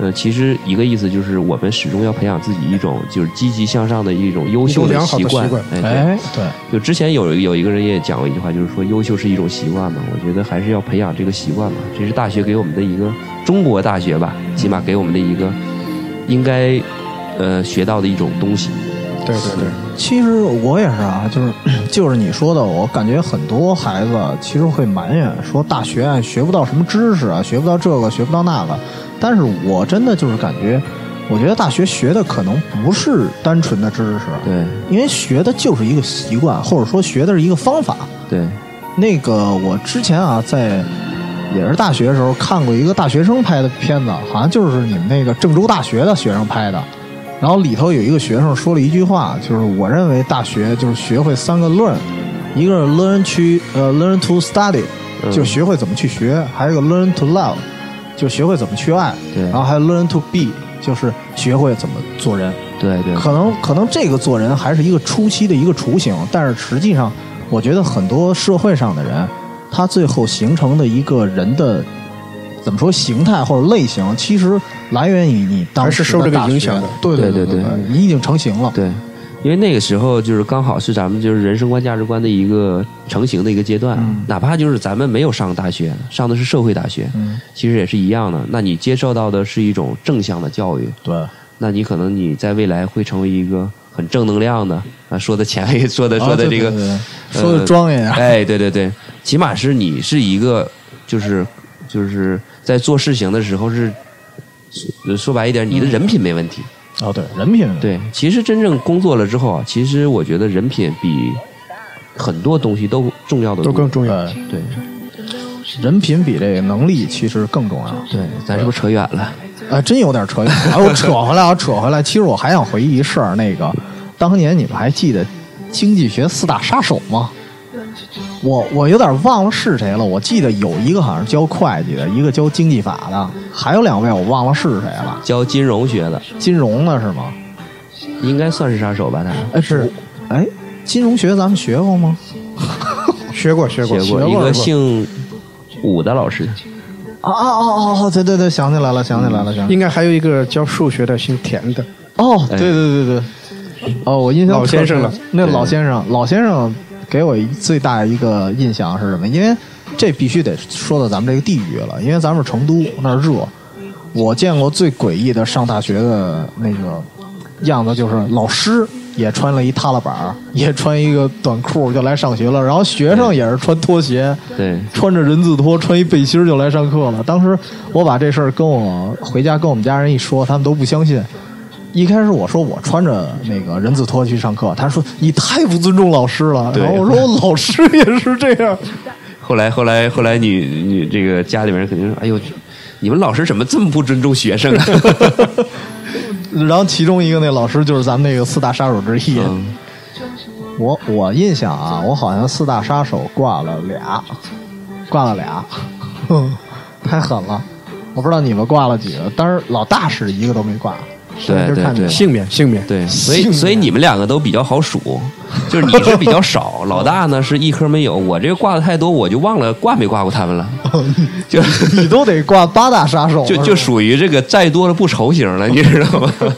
S11: 呃，其实一个意思就是，我们始终要培养自己一种就是积极向上的一种优秀
S10: 一种良好
S11: 习
S10: 的
S11: 惯
S10: 习惯。
S11: 哎，对
S9: 哎，对，
S11: 就之前有有一个人也讲过一句话，就是说优秀是一种习惯嘛。我觉得还是要培养这个习惯嘛，这是大学给我们的一个中国大学吧，
S10: 嗯
S11: 起码给我们的一个应该呃学到的一种东西。
S10: 对对对，
S9: 其实我也是啊，就是 *clears throat* 就是你说的，我感觉很多孩子其实会埋怨说大学啊学不到什么知识啊，学不到这个，学不到那个。但是我真的就是感觉，我觉得大学学的可能不是单纯的知识，啊
S11: 对
S9: 因为学的就是一个习惯，或者说学的是一个方法。
S11: 对，
S9: 那个我之前啊，在也是大学的时候看过一个大学生拍的片子，好像就是你们那个郑州大学的学生拍的。然后里头有一个学生说了一句话，就是我认为大学就是学会三个 learn，一个是 learn to 呃 learn to study，
S11: 嗯
S9: 就学会怎么去学；还有一个 learn to love，就学会怎么去爱；
S11: 对
S10: 啊
S9: 然后还有 learn to be，就是学会怎么做人。
S11: 对对，
S9: 可能可能这个做人还是一个初期的一个雏形，但是实际上，我觉得很多社会上的人，他最后形成的一个人的怎么说形态或者类型，其实来源于你当
S10: 还
S9: 时
S10: 是受这个
S9: 大学
S10: 影响的
S9: 对
S11: 对
S9: 对
S11: 对对
S9: 你已经成型了。
S11: 对，因为那个时候就是刚好是咱们就是人生观、价值观的一个成型的一个阶段，啊
S10: 嗯
S11: 哪怕就是咱们没有上大学，上的是社会大学，
S9: 嗯
S11: 其实也是一样的。那你接受到的是一种正向的教育，
S9: 对，
S11: 那你可能你在未来会成为一个很正能量的啊，说的前卫，说的
S9: 啊
S11: 说的
S9: 对
S11: 这个，
S9: 对对对
S11: 呃
S9: 说的庄严啊
S11: 哎，对对对，起码是你是一个就是就是在做事情的时候是。呃说白一点，你的人品没问题，
S9: 嗯哦，对，人品
S11: 对，其实真正工作了之后啊，其实我觉得人品比很多东西都重要的
S9: 都更重要
S11: 对，
S9: 呃人品比这个能力其实更重要。
S11: 对，咱是不是扯远了？
S9: 啊，真有点扯远了。我扯回来啊，我扯回来。其实我还想回忆一事儿，那个当年你们还记得经济学四大杀手吗？我我有点忘了是谁了。我记得有一个好像是教会计的，一个教经济法的，还有两位我忘了是谁了。
S11: 教金融学的，
S9: 金融的是吗？
S11: 应该算是杀手吧？他
S9: 哎是，哎，金融学咱们学过吗？
S10: 学过学
S11: 过
S9: *laughs* 学过
S11: 一个
S9: 是吧
S11: 姓武的老师，
S9: 啊啊哦哦哦，对对对，想起来了，想起来了，想起来了。
S10: 应该还有一个教数学的，姓田的。
S9: 哦，
S10: 哎
S9: 对对对对，哦，我印象
S10: 老
S9: 特
S10: 先生了
S9: 深那老先生，老先生给我一最大一个印象是什么？因为这必须得说到咱们这个地域了，因为咱们是成都那儿热，我见过最诡异的上大学的那个样子，就是老师也穿了一踏拉板儿，也穿一个短裤就来上学了，然后学生也是穿拖鞋，
S11: 对，
S9: 穿着人字拖，穿一背心儿就来上课了。当时我把这事儿跟我回家跟我们家人一说，他们都不相信。一开始我说我穿着那个人字拖去上课，他说你太不尊重老师了。
S11: 对
S9: 然后我说我老师也是这样。
S11: 后来后来后来你你这个 *laughs* 家里面人肯定说，哎呦，你们老师怎么这么不尊重学
S9: *laughs*
S11: 生啊？
S9: 然后其中一个那老师就是咱们那个四大杀手之一。
S11: 嗯
S9: 我我印象啊，
S10: 嗯
S9: 我好像四大杀手挂了俩，挂了俩， *laughs* 哼，太狠了。我不知道你们挂了几个，但是老大是一个都没挂。
S11: 对
S9: 就
S11: 对
S9: 看你
S11: 对，
S9: 了
S10: 免幸免，
S11: 对，所
S9: 幸
S11: 以
S9: 免
S11: 所以
S9: *laughs*
S11: 你们两个都比较好数，就是你是比较少，老大呢是一科没有，我这个挂的太多，我就忘了挂没挂过他们了，就
S9: 你都得挂八大杀手了，
S11: 就就属于这个债多了不愁型了，你知道吗？
S9: *laughs*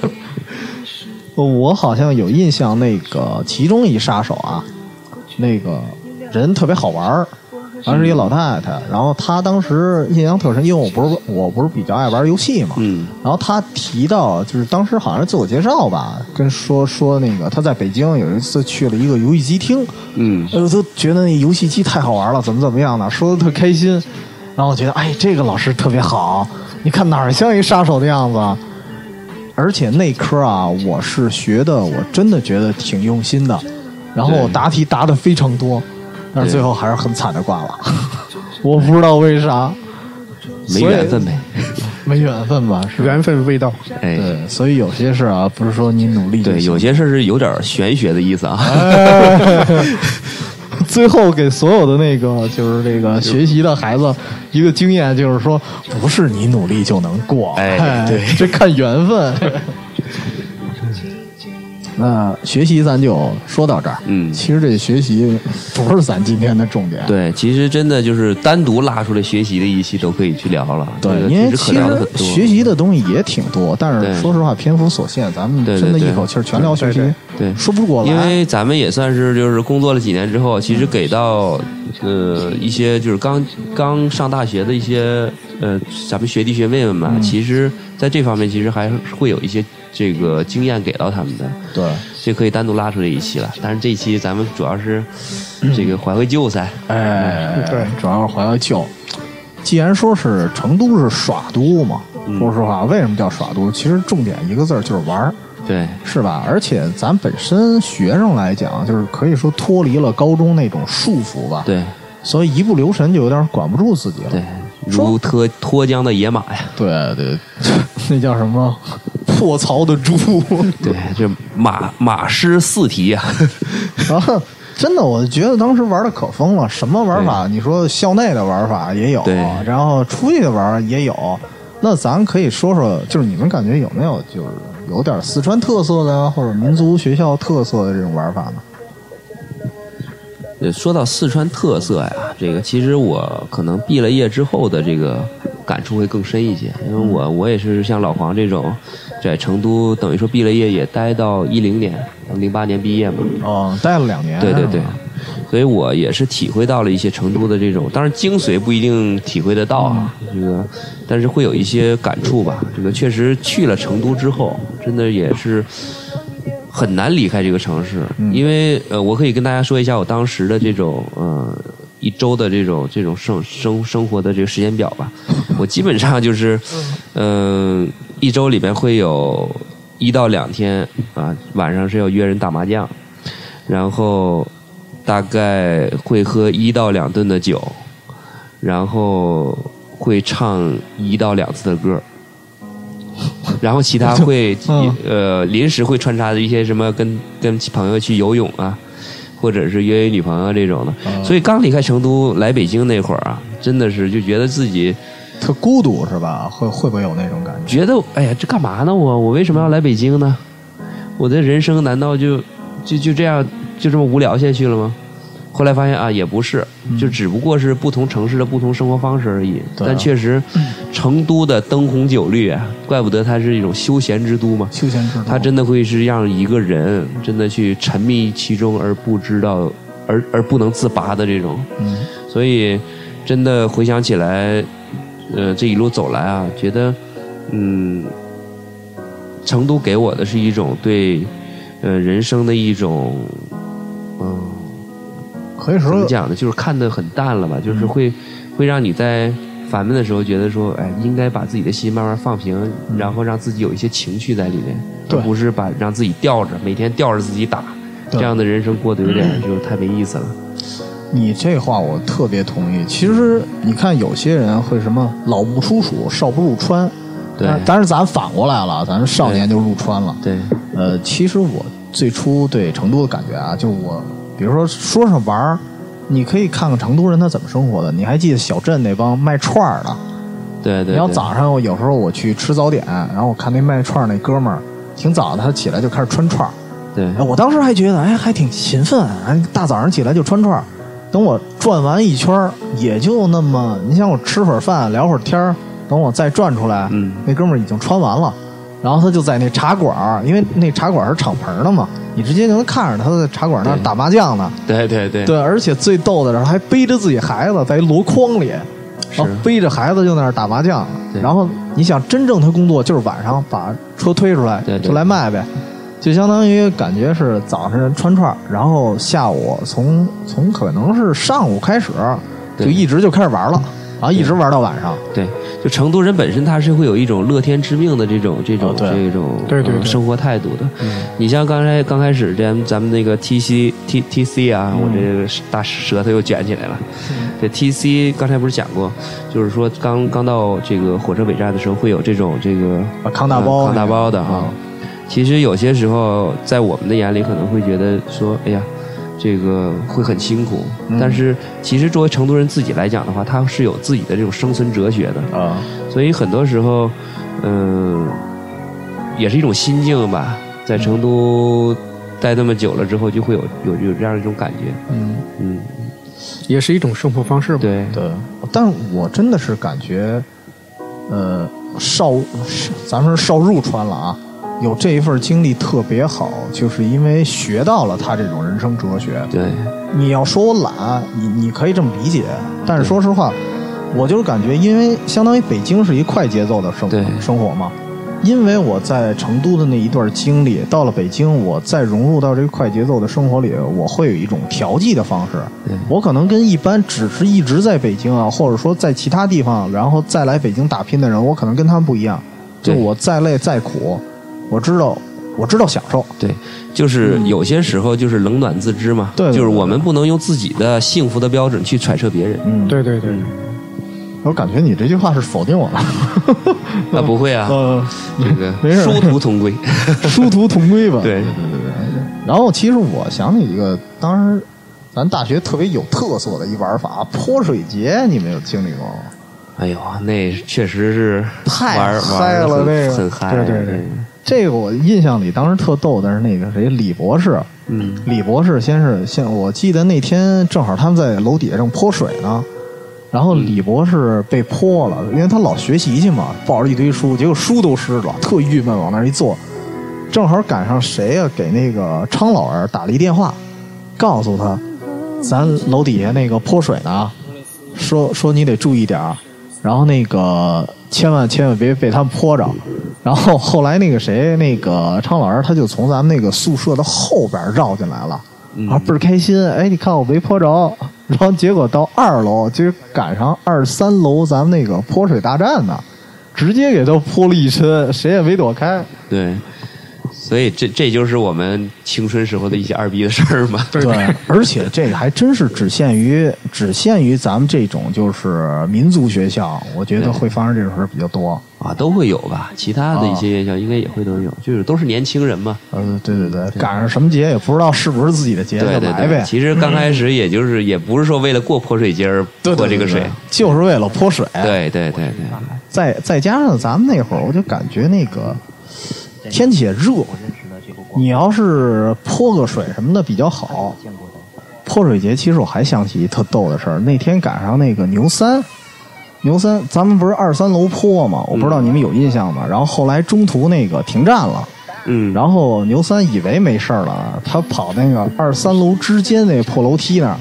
S9: 我好像有印象，那个其中一杀手啊，那个人特别好玩儿，完是一老太太，然后她当时印象特深，因为我不是我不是比较爱玩游戏嘛，
S11: 嗯，
S9: 然后她提到就是当时好像是自我介绍吧，跟说说那个她在北京有一次去了一个游戏机厅，
S11: 嗯，
S9: 哎呦，都觉得那游戏机太好玩了，怎么怎么样的，说的特开心。然后我觉得，哎，这个老师特别好，你看哪儿像一杀手的样子啊？而且那科啊，我是学的，我真的觉得挺用心的。然后我答题答的非常多，但是最后还是很惨的挂了。 *laughs* 我不知道为啥，
S11: 没缘分呗，
S9: 没缘分吧？是
S10: 缘分未到。
S11: 哎，
S9: 对，所以有些事啊，不是说你努力就
S11: 对，
S9: 行
S11: 有些事儿是有点玄学的意思啊。
S9: *laughs* 最后给所有的那个就是这个学习的孩子一个经验，就是说不是你努力就能过，
S11: 哎对
S9: 这看缘分。那学习咱就说到这儿，
S11: 嗯
S9: 其实这学习不是咱今天的重点，啊
S11: 对，其实真的就是单独拉出来学习的一期都可以去聊了，这个
S9: 因为
S11: 其实可
S9: 其
S11: 聊的很
S9: 实
S11: 多。
S9: 学习的东西也挺多，但
S11: 对
S9: 是说实话篇幅所限，咱们
S11: 对对
S9: 真的
S11: 对
S9: 一口气儿全聊学习
S11: 对
S9: 说不过来，
S11: 因为咱们也算是就是工作了几年之后，其实给到呃一些就是刚刚上大学的一些呃咱们学弟学妹们吧，其实在这方面其实还是会有一些这个经验给到他们的，
S9: 对，
S11: 这可以单独拉出来一期了。但是这一期咱们主要是这个怀怀旧噻，
S9: 哎，
S10: 对，
S9: 主要是怀怀旧。既然说是成都是耍都嘛，
S11: 嗯
S9: 说实话，为什么叫耍都？其实重点一个字儿就是玩儿，
S11: 对
S9: 是吧？而且咱本身学生来讲，就是可以说脱离了高中那种束缚吧，
S11: 对
S9: 所以一不留神就有点管不住自己了。
S11: 对，如脱脱缰的野马呀。
S9: 对对， *laughs* 那叫什么？破槽的猪。
S11: 对，这马马师四啊蹄呀、
S9: *laughs* 然后真的，我觉得当时玩的可疯了，什么玩法？你说校内的玩法也有
S11: 对，
S9: 然后出去的玩也有。那咱可以说说，就是你们感觉有没有就是有点四川特色的啊，或者民族学校特色的这种玩法呢？
S11: 呃，说到四川特色呀，这个其实我可能毕了业之后的这个感触会更深一些，因为我我也是像老黄这种，在成都等于说毕了业也待到一零年，零八年毕业嘛。
S9: 哦，待了两年。
S11: 对对
S9: 是
S11: 对
S9: 吗，
S11: 所以我也是体会到了一些成都的这种，当然精髓 *laughs* 不一定体会得到啊，这
S9: 嗯
S11: 个，但是会有一些感触吧。这个确实去了成都之后，真的也是很难离开这个城市，
S9: 嗯
S11: 因为呃，我可以跟大家说一下我当时的这种呃一周的这种这种生生生活的这个时间表吧。我基本上就是，嗯、一周里面会有一到两天啊，晚上是要约人打麻将，然后大概呃会喝一到两顿的酒，然后会唱嗯一到两次的歌。然后其他会、
S9: 嗯
S11: 呃临时会穿插着一些什么跟跟朋友去游泳啊，或者是约约女朋友这种的。所以刚离开成都来北京那会儿啊，真的是就觉得自己
S9: 特孤独是吧？会会不会有那种感觉？
S11: 觉得哎呀，这干嘛呢？我我为什么要来北京呢？我的人生难道就就就这样就这么无聊下去了吗？后来发现啊，也不是，就只不过是不同城市的不同生活方式而已。
S9: 对啊
S11: 但确实，成都的灯红酒绿啊，怪不得它是一种休闲之都嘛。
S9: 休闲制度，
S11: 它真的会是让一个人真的去沉迷其中而不知道，而而不能自拔的这种。
S9: 嗯，
S11: 所以真的回想起来，呃，这一路走来啊，觉得，嗯，成都给我的是一种对，呃，人生的一种，嗯、
S9: 可以说
S11: 怎么讲呢，就是看得很淡了吧，就是会、会让你在。烦闷的时候，觉得说，哎，应该把自己的心慢慢放平，然后让自己有一些情绪在里面，而
S9: 对
S11: 不是把让自己吊着，每天吊着自己打，
S9: 对
S11: 这样的人生过得有点就太没意思了。
S9: 你这话我特别同意。其实你看，有些人会什么老不出蜀，少不入川。
S11: 对
S9: 但但是咱反过来了，咱少年就入川了。
S11: 对，
S9: 呃，其实我最初对成都的感觉啊，就是我，比如说说上玩儿，你可以看看成都人他怎么生活的。你还记得小镇那帮卖串儿的？
S11: 对对。
S9: 你要
S11: 对
S9: 早上，我有时候我去吃早点，然后我看那卖串儿那哥们儿，挺早的，他起来就开始穿串儿。
S11: 对
S9: 哎，我当时还觉得，哎，还挺勤奋，哎，大早上起来就穿串儿。等我转完一圈儿，也就那么，你想我吃会儿饭，聊会儿天儿，等我再转出来，
S11: 嗯
S9: 那哥们儿已经穿完了。然后他就在那茶馆儿，因为那茶馆儿是敞篷的嘛，你直接就能看着他在茶馆儿那儿打麻将呢。
S11: 对对对
S9: 对，而且最逗的是还背着自己孩子在一箩筐里，然后背着孩子就在那儿打麻将。然后你想，真正他工作就是晚上把车推出来
S11: 对对
S9: 就来卖呗，就相当于感觉是早上穿串儿，然后下午从从可能是上午开始就一直就开始玩了，然后一直玩到晚上。
S11: 对，就成都人本身他是会有一种乐天知命的这种这种、这种
S9: 啊对对
S11: 呃
S9: 对
S11: 生活态度的。你像刚才刚开始咱们咱们那个 T C T T C 啊，我这个大舌头又卷起来了。这 T C 刚才不是讲过，就是说刚刚到这个火车北站的时候会有这种这个、
S9: 扛大
S11: 呃
S9: 包
S11: 扛大包的哈。其实有些时候在我们的眼里可能会觉得说，哎呀。这个会很辛苦，
S9: 嗯
S11: 但是其实作为成都人自己来讲的话，他是有自己的这种生存哲学的
S9: 啊，
S11: 所以很多时候，嗯、也是一种心境吧。在成都待那么久了之后，就会有有有这样一种感觉，
S9: 嗯
S11: 嗯，
S9: 也是一种生活方式吧。
S11: 对
S9: 对，但我真的是感觉，呃，少，是咱们是少入川了啊，有这一份经历特别好，就是因为学到了他这种人生哲学。
S11: 对，
S9: 你要说我懒，你你可以这么理解，但是说实话，我就是感觉，因为相当于北京是一快节奏的生活生活嘛。因为我在成都的那一段经历，到了北京，我再融入到这个快节奏的生活里，我会有一种调剂的方式。我可能跟一般只是一直在北京啊，或者说在其他地方，然后再来北京打拼的人，我可能跟他们不一样。就我再累再苦，我知道，我知道享受。
S11: 对，就是
S9: 嗯
S11: 有些时候就是冷暖自知嘛，
S9: 对对对
S11: 就是我们不能用自己的幸福的标准去揣测别人，
S9: 嗯，
S10: 对对对，
S9: 我感觉你这句话是否定我了。嗯
S11: 啊，不会
S9: *laughs*
S11: 啊，这个
S9: 没事 *laughs*
S11: 殊途同归，
S9: 殊途同归吧。
S11: 对
S9: 对对对。然后其实我想起一个，当时咱大学特别有特色的一玩法，泼水节，你们有经历过吗？
S11: 哎呦，那确实是
S9: 太
S11: 玩
S9: 嗨了，
S11: 玩得
S9: 那个
S11: 很嗨，嗯
S9: 对对对，这个我印象里当时特逗，但是那个谁李博士，
S11: 嗯，
S9: 李博士先是先，我记得那天正好他们在楼底下正泼水呢，然后李博士被泼了，因为他老学习去嘛，抱着一堆书，结果书都湿了，特郁闷，往那儿一坐，正好赶上谁呀、啊给那个昌老儿打了一电话，告诉他，咱楼底下那个泼水呢，说说你得注意点儿，然后那个千万千万别被他们泼着。然后后来那个谁，那个昌老师他就从咱们那个宿舍的后边绕进来了，然后倍儿开心，哎，你看我没泼着。然后结果到二楼，其实赶上二三楼咱们那个泼水大战呢，直接给他泼了一身，谁也没躲开。
S11: 对，所以这这就是我们青春时候的一些二逼的事儿嘛。
S9: 对，而且这个还真是只限于只限于咱们这种就是民族学校，我觉得会发生这种事儿比较多。
S11: 啊，都会有吧？其他
S9: 啊
S11: 的一些院校应该也会都有，就是都是年轻人嘛。
S9: 嗯，对对对，赶上什么节也不知道是不是自己的节就
S11: 对对
S9: 来
S11: 对，
S9: 呗。
S11: 其实刚开始也就是也不是说为了过泼水节而过这个水，
S9: 就是为了泼水。
S11: 对对对对，
S9: 再再加上咱们那会儿，我就感觉那个天气也热，你要是泼个水什么的比较好。泼水节其实我还想起一特逗的事儿，那天赶上那个牛三，牛三，咱们不是二三楼泼吗？我不知道你们有印象吗？然后后来中途那个停站了。
S11: 嗯，
S9: 然后牛三以为没事儿了，他跑那个二三楼之间那破楼梯那儿，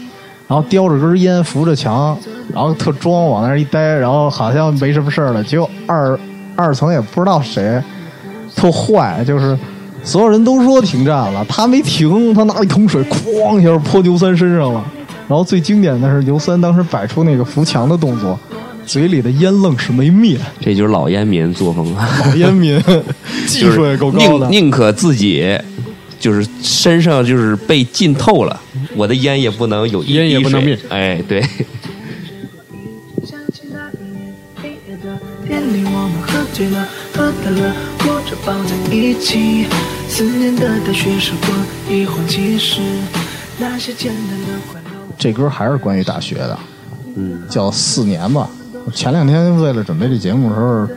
S9: 然后叼着根烟扶着墙，然后特装往那儿一待，然后好像没什么事儿了。结果二二层也不知道谁特坏，就是所有人都说停站了，他没停，他拿一桶水哐一下泼牛三身上了。然后最经典的是牛三当时摆出那个扶墙的动作，嘴里的烟愣是没灭，
S11: 这就是老烟民作风啊，
S9: 老烟民 *laughs* 技术也够高的
S11: 宁。宁可自己就是身上就是被浸透了，我的烟也不能有一
S10: 烟也
S11: 滴
S10: 不能
S11: 水
S10: 灭
S11: 哎，对，
S12: 店里我们喝醉了，喝大了，或者抱在一起。思念的大学时光一晃即逝，那些简单的快乐。
S9: 这歌还是关于大学的，
S11: 嗯，
S9: 叫《四年》吧。我前两天为了准备这节目的时候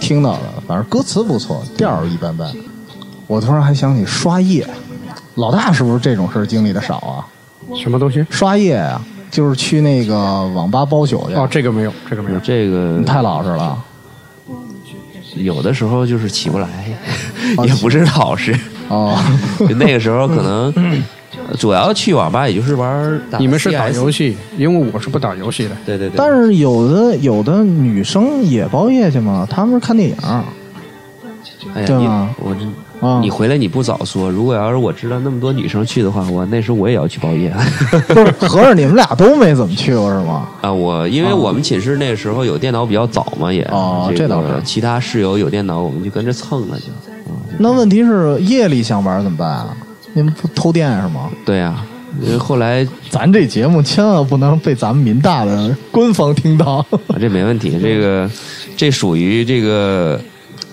S9: 听到的，反正歌词不错，调儿一般般。我突然还想起刷夜，老大是不是这种事儿经历的少啊？
S10: 什么东西？
S9: 刷夜啊，就是去那个网吧包宿去。
S10: 哦，这个没有，这个没有。
S11: 这个
S9: 太老实了，
S11: 有的时候就是起不来，也不是老实
S9: 哦。
S11: 那个时候可能主要去网吧，也就是玩儿打
S10: 你们是打
S11: CS
S10: 游戏，因为我是不打游戏的。
S11: 对对对。
S9: 但是有的有的女生也包夜去嘛，她们是看电影儿。
S11: 哎呀，
S9: 对
S11: 你
S9: 吗
S11: 我这、
S9: 啊
S11: 你回来你不早说，如果要是我知道那么多女生去的话，我那时候我也要去包夜
S9: 不是，合着你们俩都没怎么去过是吗？
S11: 啊！我因为我们寝室那时候有电脑比较早嘛，也
S9: 哦
S11: 这
S9: 这倒
S11: 个
S9: 是
S11: 其他室友有电脑，我们就跟着蹭了就。
S9: 那问题是夜里想玩怎么办啊？你们不偷电是吗？呃
S11: 对呀、因为后来
S9: 咱这节目千万不能被咱们民大的官方听到。
S11: 啊，这没问题，这
S9: *laughs*
S11: 个这属于这个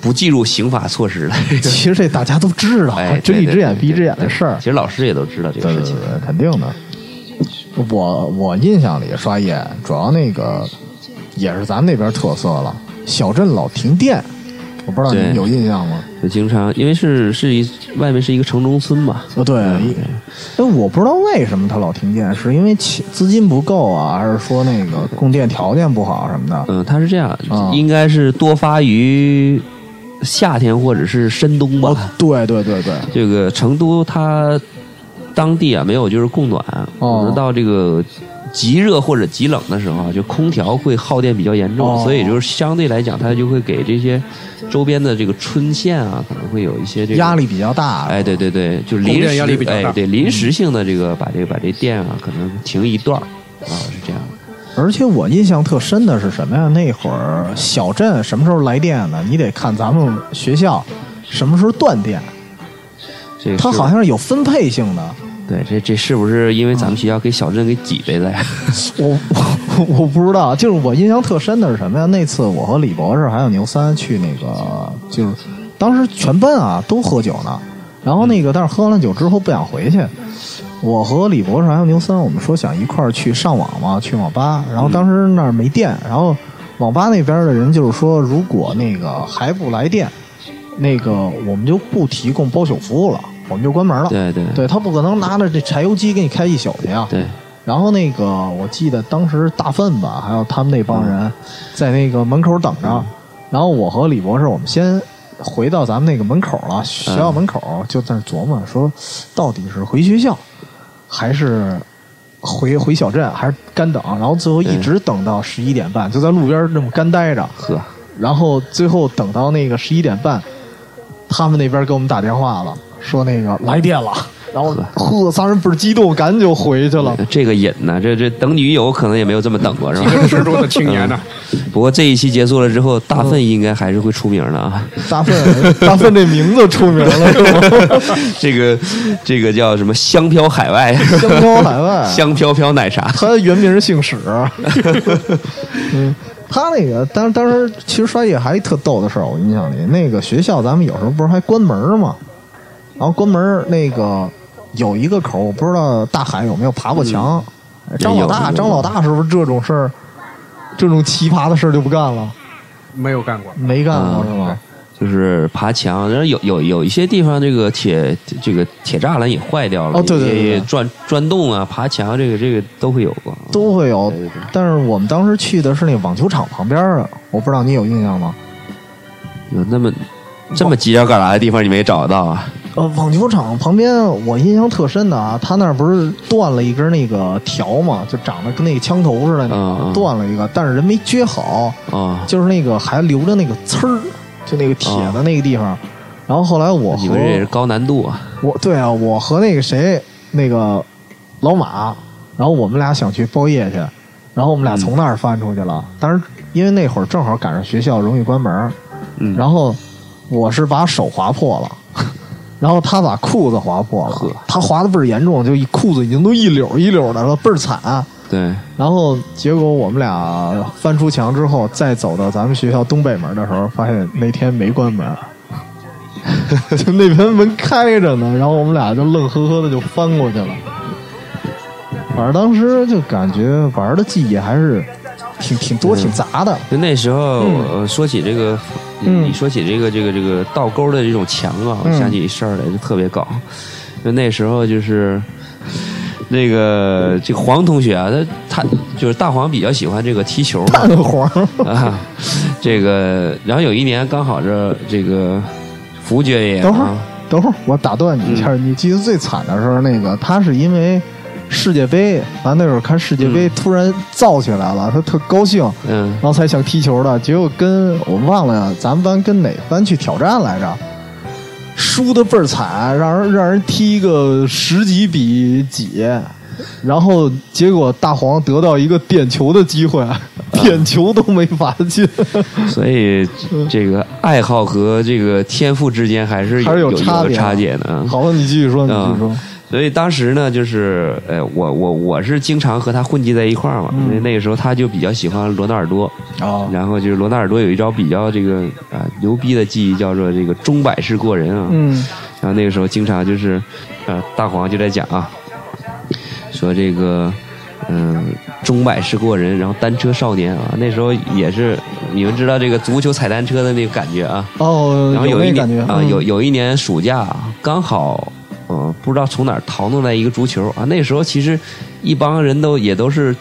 S11: 不计入刑法措施的。
S9: 其实这大家都知道，
S11: 哎，
S9: 睁一只眼
S11: 对
S9: 闭一只眼的事儿
S11: 其。实老师也都知道这个
S9: 对
S11: 事
S9: 对
S11: 情。
S9: 对，肯定的。我我印象里刷夜主要那个也是咱们那边特色了，小镇老停电，我不知道你们
S11: 对
S9: 有印象吗？
S11: 就经常因为是是一外面是一个城中村嘛，
S9: 啊，对，哎，我不知道为什么它老停电，是因为钱资金不够啊，还是说那个供电条件不好什么的？
S11: 嗯，它是这样，
S9: 啊
S11: *laughs* 应该是多发于夏天或者是深
S9: 嗯
S11: 冬吧。
S9: 哦对对对对，
S11: 这个成都它当地啊没有就是供暖，
S9: 哦
S11: 可能到这个极热或者极冷的时候啊，就空调会耗电比较严重，
S9: 哦
S11: 所以就是相对来讲，它就会给这些周边的这个村县啊，可能会有一些这个
S9: 压力。比较大。
S11: 哎，对对对，就是
S10: 供
S11: 临时
S10: 电压力比较大
S11: 哎，对临时性的这个把这个把这电啊，可能停一段儿啊，是这样的。
S9: 而且我印象特深的是什么呀？那会儿小镇什么时候来电呢？你得看咱们学校什么时候断电，
S11: 这个
S9: 它
S11: 是
S9: 好像是有分配性的。
S11: 对，这这是不是因为咱们学校给小镇给挤兑的呀？
S9: 我我 *laughs* 我我不知道，就是我印象特深的是什么呀？那次我和李博士还有牛三去那个，就是当时全班啊都喝酒呢，然后那个但是喝完了酒之后不想回去，我和李博士还有牛三，我们说想一块儿去上网嘛，去网吧，然后当时那儿没电，然后网吧那边的人就是说，如果那个还不来电，那个我们就不提供包宿服务了，我们就关门了。
S11: 对对
S9: 对他不可能拿着这柴油机给你开一宿去啊。
S11: 对。
S9: 然后那个，我记得当时大粪吧，还有他们那帮人，在那个门口等着。然后我和李博士，我们先回到咱们那个门口了，学校门口，就在那琢磨说，到底是回学校，还是回回小镇，还是干等？然后最后一直等到十一点半，就在路边那么干待着。
S11: 呵，
S9: 然后最后等到那个十一点半，他们那边给我们打电话了，说那个来电了。然后呵，仨人倍儿激动，赶紧就回去了。
S11: 这个瘾呐，这这等女友可能也没有这么等过，是吧？嗯
S10: 执着的青年呐、
S11: 不过这一期结束了之后，大粪应该还是会出名的
S10: *laughs*
S11: 啊。
S9: 大粪，大粪这名字出名了是
S11: *laughs*
S9: 吗？
S11: 这个这个叫什么？香飘海外，
S9: 香飘海外
S11: 香飘飘奶茶。
S9: 他原名姓
S11: *laughs*
S9: 史。嗯，他那个，当当时其实刷夜还一特逗的事儿，我印象里，那个学校咱们有时候不是还关门儿吗？然后关门儿那个有一个口儿，我不知道大海有没有爬过墙。
S11: 嗯
S9: 张老
S11: 也
S9: 大，
S11: 有
S9: 张老大是不是这种事儿，这种奇葩的事儿就不干了？
S10: 没有干过，
S9: 没干过、是吗？
S11: 啊就是爬墙，然后有有有一些地方这个铁这个铁栅栏也坏掉了，
S9: 哦对对对对
S11: 也也钻钻洞啊、爬墙这个这个都会有过。
S9: 都会有。但是我们当时去的是那网球场旁边儿啊，我不知道你有印象吗？
S11: 有那么这么犄角旮旯的地方你没找到啊？
S9: 呃，网球场旁边我印象特深的啊，他那儿不是断了一根那个条嘛，就长得跟那个枪头似的那个，
S11: 嗯嗯
S9: 断了一个，但是人没撅好，
S11: 啊，
S9: 就是那个还留着那个刺儿，就那个铁的那个地方。然后后来我
S11: 你
S9: 和
S11: 们这也是高难度啊。
S9: 我对啊，我和那个谁那个老马，然后我们俩想去包夜去，然后我们
S11: 嗯
S9: 俩从那儿翻出去了。当然，因为那会儿正好赶上学校容易关门，
S11: 嗯，
S9: 然后我是把手划破了，然后他把裤子划破了，他划的倍儿严重，就一裤子已经都一绺一绺的了，倍儿惨。啊
S11: 对，
S9: 然后结果我们俩翻出墙之后，再走到咱们学校东北门的时候，发现那天没关门， *laughs* 就那边门开着呢。然后我们俩就愣呵呵的就翻过去了。反正当时就感觉玩的记忆还是挺挺多、
S11: 嗯
S9: 挺杂的。
S11: 就那时候，呃说起这个，
S9: 嗯
S11: 你说起这个这个这个倒钩的这种墙啊，我
S9: 嗯
S11: 想起一事儿来，就特别搞。就那时候就是。那个这个黄同学啊，他他就是大黄比较喜欢这个踢球嘛，
S9: 黄
S11: *laughs* 啊，这个然后有一年刚好这这个福爵爷
S9: 等会儿
S11: 啊，，
S9: 等会儿，我打断你一下。你记得最惨的时候，那个他是因为世界杯，咱那会儿看世界杯，突然燥起来了，他特高兴，
S11: 嗯
S9: 然后才想踢球的。结果跟我忘了咱们班跟哪班去挑战来着，输的倍儿惨，让人让人踢个十几比几。然后结果大黄得到一个点球的机会，
S11: 啊
S9: 点球都没法进，嗯
S11: 所以这个爱好和这个天赋之间还是有
S9: 还是
S11: 有
S9: 差
S11: 有
S9: 别。
S11: 差别的啊。
S9: 好了，你继续说，你继续说。
S11: 嗯所以当时呢，就是呃，我我我是经常和他混迹在一块儿嘛，
S9: 嗯
S11: 因为啊那个时候他就比较喜欢罗纳尔多，
S9: 哦、
S11: 然后就是罗纳尔多有一招比较这个啊、牛逼的技艺，叫做这个中摆式过人啊，
S9: 嗯
S11: 然后那个时候经常就是，呃，大黄就在讲啊，说这个，嗯、中摆式过人，然后单车少年啊，那时候也是你们知道这个足球踩单车的那个感觉啊，
S9: 哦，
S11: 然后
S9: 有
S11: 一
S9: 那感
S11: 年
S9: 觉
S11: 啊、
S9: 嗯
S11: 有有一年暑假啊刚好，嗯、不知道从哪儿淘弄来一个足球啊，那时候其实一帮人都也都是。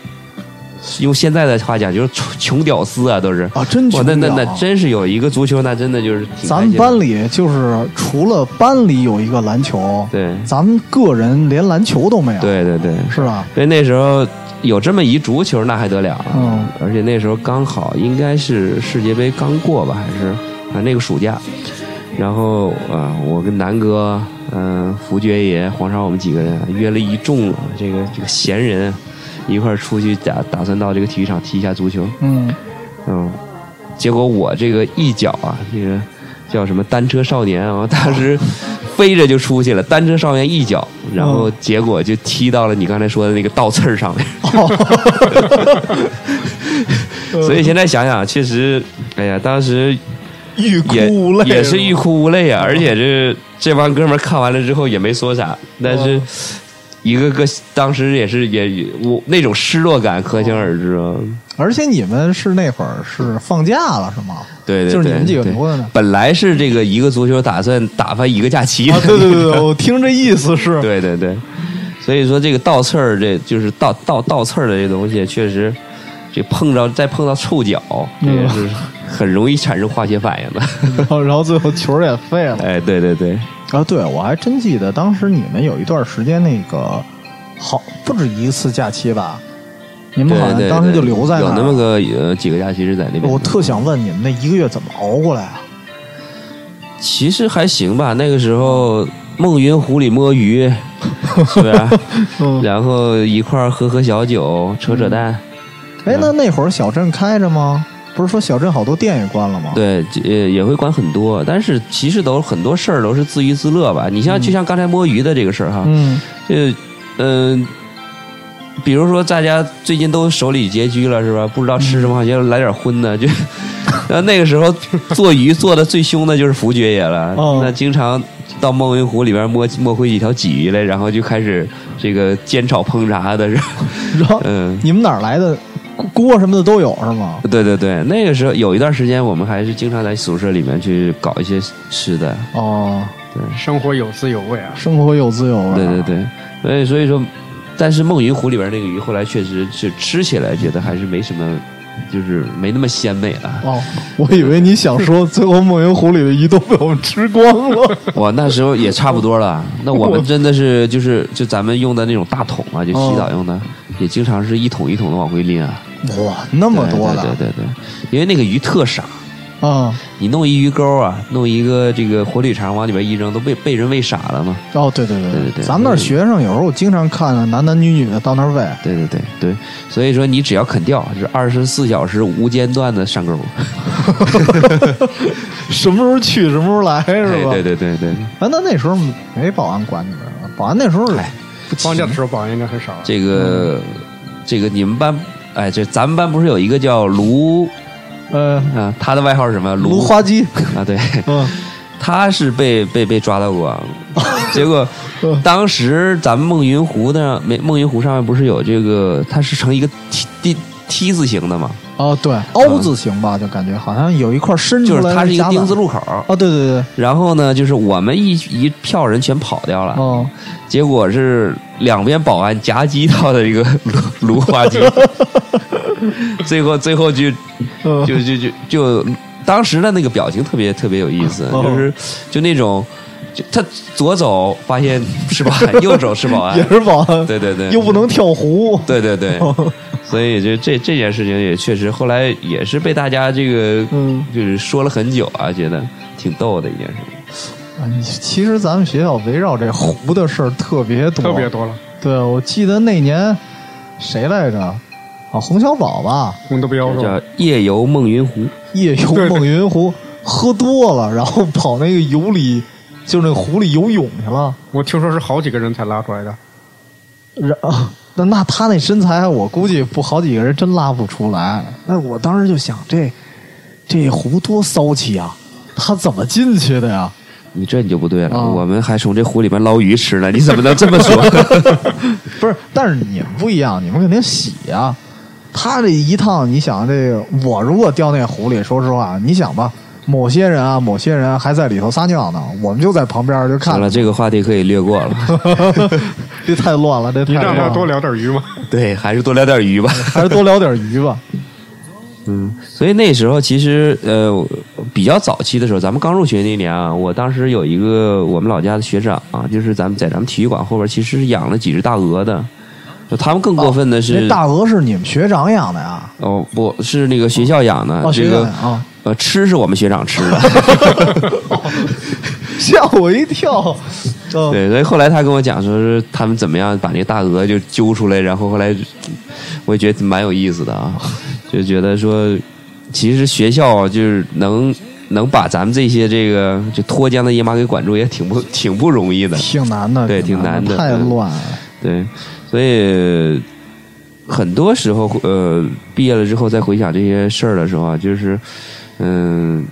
S11: 用现在的话讲，就是穷穷屌丝啊，都是
S9: 啊，真
S11: 哇，
S9: 穷
S11: 那那那
S9: 屌啊
S11: 真是有一个足球，那真的就是挺
S9: 咱
S11: 开
S9: 们
S11: 心的
S9: 班里就是除了班里有一个篮球，
S11: 对
S9: 咱们个人连篮球都没有，
S11: 对对对，
S9: 是吧？
S11: 所以那时候有这么一足球，那还得了啊！
S9: 嗯
S11: 而且那时候刚好应该是世界杯刚过吧，还是反正那个暑假，然后啊、呃我跟南哥、嗯、福爵爷、黄少，我们几个人啊约了一众啊这个这个闲人，一块儿出去打打算到这个体育场踢一下足球。
S9: 嗯，
S11: 嗯，结果我这个一脚啊，这个叫什么单车少年啊，当时飞着就出去了，单车少年一脚，然后结果就踢到了你刚才说的那个倒刺儿上面。*laughs*
S9: 哦
S11: 所以现在想想，确实，哎呀，当时
S9: 欲
S11: 也
S9: 哭无泪
S11: 也是欲哭无泪啊！而且这这帮哥们儿看完了之后也没说啥，但是一个个当时也是也也我那种失落感可
S9: 哦
S11: 想而知啊。
S9: 而且你们是那会儿是放假了是吗？
S11: 对对对，
S9: 就是你们几个
S11: 对
S9: 留的呢。
S11: 本来是这个一个足球打算打发一个假期的、
S9: 啊对对对对我听这意思
S11: *laughs*
S9: 是。
S11: 对对对，所以说这个倒刺儿，这就是倒倒倒刺儿的这东西，确实这碰着再碰到触角，这
S9: 嗯
S11: 个是很容易产生化学反应的。
S9: *laughs* 然后然后最后球儿也废了。
S11: *laughs* 哎，对对对，
S9: 啊，对，我还真记得当时你们有一段时间那个好不止一次假期吧，你们好
S11: 对
S9: 像
S11: 对
S9: 当时
S11: 对
S9: 就留在
S11: 有
S9: 那
S11: 那
S9: 儿
S11: 么个呃几个假期是在那边。
S9: 我特想问你们那一个月怎么熬过来啊？
S11: 其实还行吧，那个时候梦云湖里摸鱼，是不
S9: *laughs*
S11: 是？然后一块儿喝喝小酒，扯扯淡。
S9: 嗯
S11: 嗯
S9: 哎，那那会儿小镇开着吗？不是说小镇好多店也关了吗？
S11: 对，也也会管很多，但是其实都很多事儿都是自娱自乐吧。你像、就像刚才摸鱼的这个事儿哈，
S9: 嗯，
S11: 这嗯、比如说大家最近都手里拮据了是吧？不知道吃
S9: 嗯
S11: 什么好，就来点荤的就。 *laughs* 然后那个时候做鱼做的最凶的就是福爵爷了，
S9: 哦
S11: 那经常到梦云湖里边摸摸回几条鲫鱼来，然后就开始这个煎炒烹炸的，是吧？
S9: *laughs* 然后
S11: 嗯，
S9: 你们哪儿来的锅什么的都有是吗？
S11: 对对对，那个时候有一段时间，我们还是经常在宿舍里面去搞一些吃的。
S9: 哦，
S11: 对，
S10: 生活有滋有味啊。
S9: 生活有滋有味。
S11: 对对对，所以所以说，但是梦云湖里边那个鱼，后来确实是吃起来觉得还是没什么，就是没那么鲜美了。
S9: 哦，我以为你想说最后梦游湖里的鱼都被我们吃光了。
S11: *laughs* 我那时候也差不多
S9: *laughs*
S11: 了。那我们真的是就是就咱们用的那种大桶啊，就洗澡用的，也经常是一桶一桶的往回拎啊。
S9: 哦哇，那么多
S11: 对
S9: 的
S11: 对对对，因为那个鱼特傻，
S9: 啊！
S11: 你弄一鱼钩啊，弄一个这个火腿肠往里边一扔，都被被人喂傻了嘛。
S9: 哦，对对对
S11: 对对对
S9: 咱们那儿学生有时候我经常看啊，男男女女的到那儿喂。
S11: 对对对对，所以说你只要肯钓，就是二十四小时无间断的上钩。
S9: 什么时候去，什么时候来，
S10: 哎
S9: 是吧？
S11: 哎对对对对，
S9: 啊，那那时候没保安管你们啊，保安那时候不
S10: 放假的时候保安应该很少。
S11: 哎
S10: 啊
S11: 这个这个你们班，哎，这咱们班不是有一个叫卢，
S9: 呃
S11: 啊，他的外号是什 *laughs* 么？卢
S9: 芦花鸡嗯
S11: 啊，对，他是被被被抓到过，结果
S9: 嗯
S11: 当时咱们梦云湖呢，没梦云湖上面不是有这个，它是成一个 T T T 字形的嘛，
S9: 哦，对，凹字形吧，就感觉好像有一块伸出
S11: 嗯就
S9: 来
S11: 是它
S9: 的夹板，
S11: 是一个丁字路口。
S9: 哦，对对对，
S11: 然后呢，就是我们一一票人全跑掉了，
S9: 哦，
S11: 结果是两边保安夹击到的一个芦芦花
S9: *laughs*
S11: 鸡，最后最后就
S9: 哦
S11: 就就就就当时的那个表情特别特别有意思，
S9: 哦
S11: 就是就那种。就他左走发 *laughs* 现是保安，右走是保安，
S9: *laughs* 也是保安，
S11: 啊对对对，
S9: 又不能跳湖，哦
S11: 对对
S9: *laughs*
S11: 对，所以这这这件事情也确实后来也是被大家这个
S9: 嗯
S11: 就是说了很久啊，觉得挺逗的一件事。
S9: 啊，你其实咱们学校围绕这湖的事儿特别多，
S10: 特别多了。
S9: 对，我记得那年谁来着？啊，洪小宝吧，
S10: 红的不要
S11: 叫
S10: 说，
S11: 夜游梦云湖，
S9: 夜游
S10: 对对
S9: 梦云湖，喝多了，然后跑那个游里，就是那湖里游泳去了。
S10: 我听说是好几个人才拉出来的。
S9: 然后，那那他那身材，我估计不好几个人真拉不出来。那我当时就想，这这湖多骚气啊！他怎么进去的呀？
S11: 你这你就不对了，我们还从这湖里面捞鱼吃呢，你怎么能这么 *laughs* 说？
S9: *laughs* 不是，但是你们不一样，你们肯定洗啊。他这一趟，你想这个，我如果掉那湖里，说实话，你想吧，某些人啊，某些人还在里头撒尿呢，我们就在旁边儿就看
S11: 好了，
S9: 着，
S11: 这个话题可以略过了。
S9: *laughs* 这太
S11: *laughs*
S9: 乱了，这
S10: 你
S9: 太
S10: 让
S9: 乱
S10: 他
S9: 了，
S10: 多聊点鱼嘛。
S11: 对，还是多聊点鱼吧。
S9: *laughs* 还是多聊点鱼吧。
S11: *laughs* 嗯，所以那时候其实呃比较早期的时候，咱们刚入学那年啊，我当时有一个我们老家的学长啊，就是咱们在咱们体育馆后边其实是养了几只大鹅的，就他们更过分的
S9: 那
S11: 是、
S9: 哎大鹅是你们学长养的呀？
S11: 哦不是那个学校养的，
S9: 哦，
S11: 这
S9: 学长
S11: 个
S9: 养啊，
S11: 呃吃是我们学长吃的。
S9: *laughs* 吓我一
S11: *laughs*
S9: 跳。哦，
S11: 对，所以后来他跟我讲说是他们怎么样把那个大鹅就揪出来，然后后来我也觉得蛮有意思的啊，就觉得说其实学校就是能能把咱们这些这个就脱缰的野马给管住，也挺不挺不容易的，
S9: 挺难的，
S11: 对，挺难的，
S9: 太
S11: 嗯
S9: 乱了。
S11: 对，所以很多时候，呃，毕业了之后再回想这些事儿的时候啊，就是，嗯、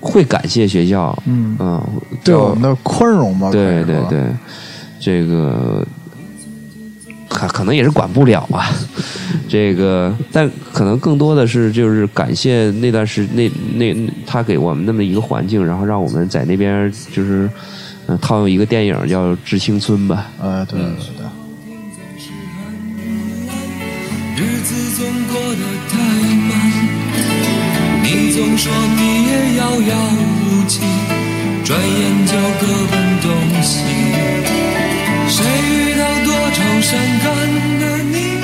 S11: 会感谢学校，
S9: 嗯
S11: 啊、
S9: 对
S11: 叫
S9: 我们的宽容吧，
S11: 对对对，这个可可能也是管不了啊，这个，但可能更多的是就是感谢呃那段时那那那他给我们那么一个环境，然后让我们在那边就是，嗯、套用一个电影叫《致青春》吧，
S9: 呃，对对对。
S13: 日子总过得太慢，你总说毕业遥遥无期，转眼就各奔东西。谁遇到多愁善感的你，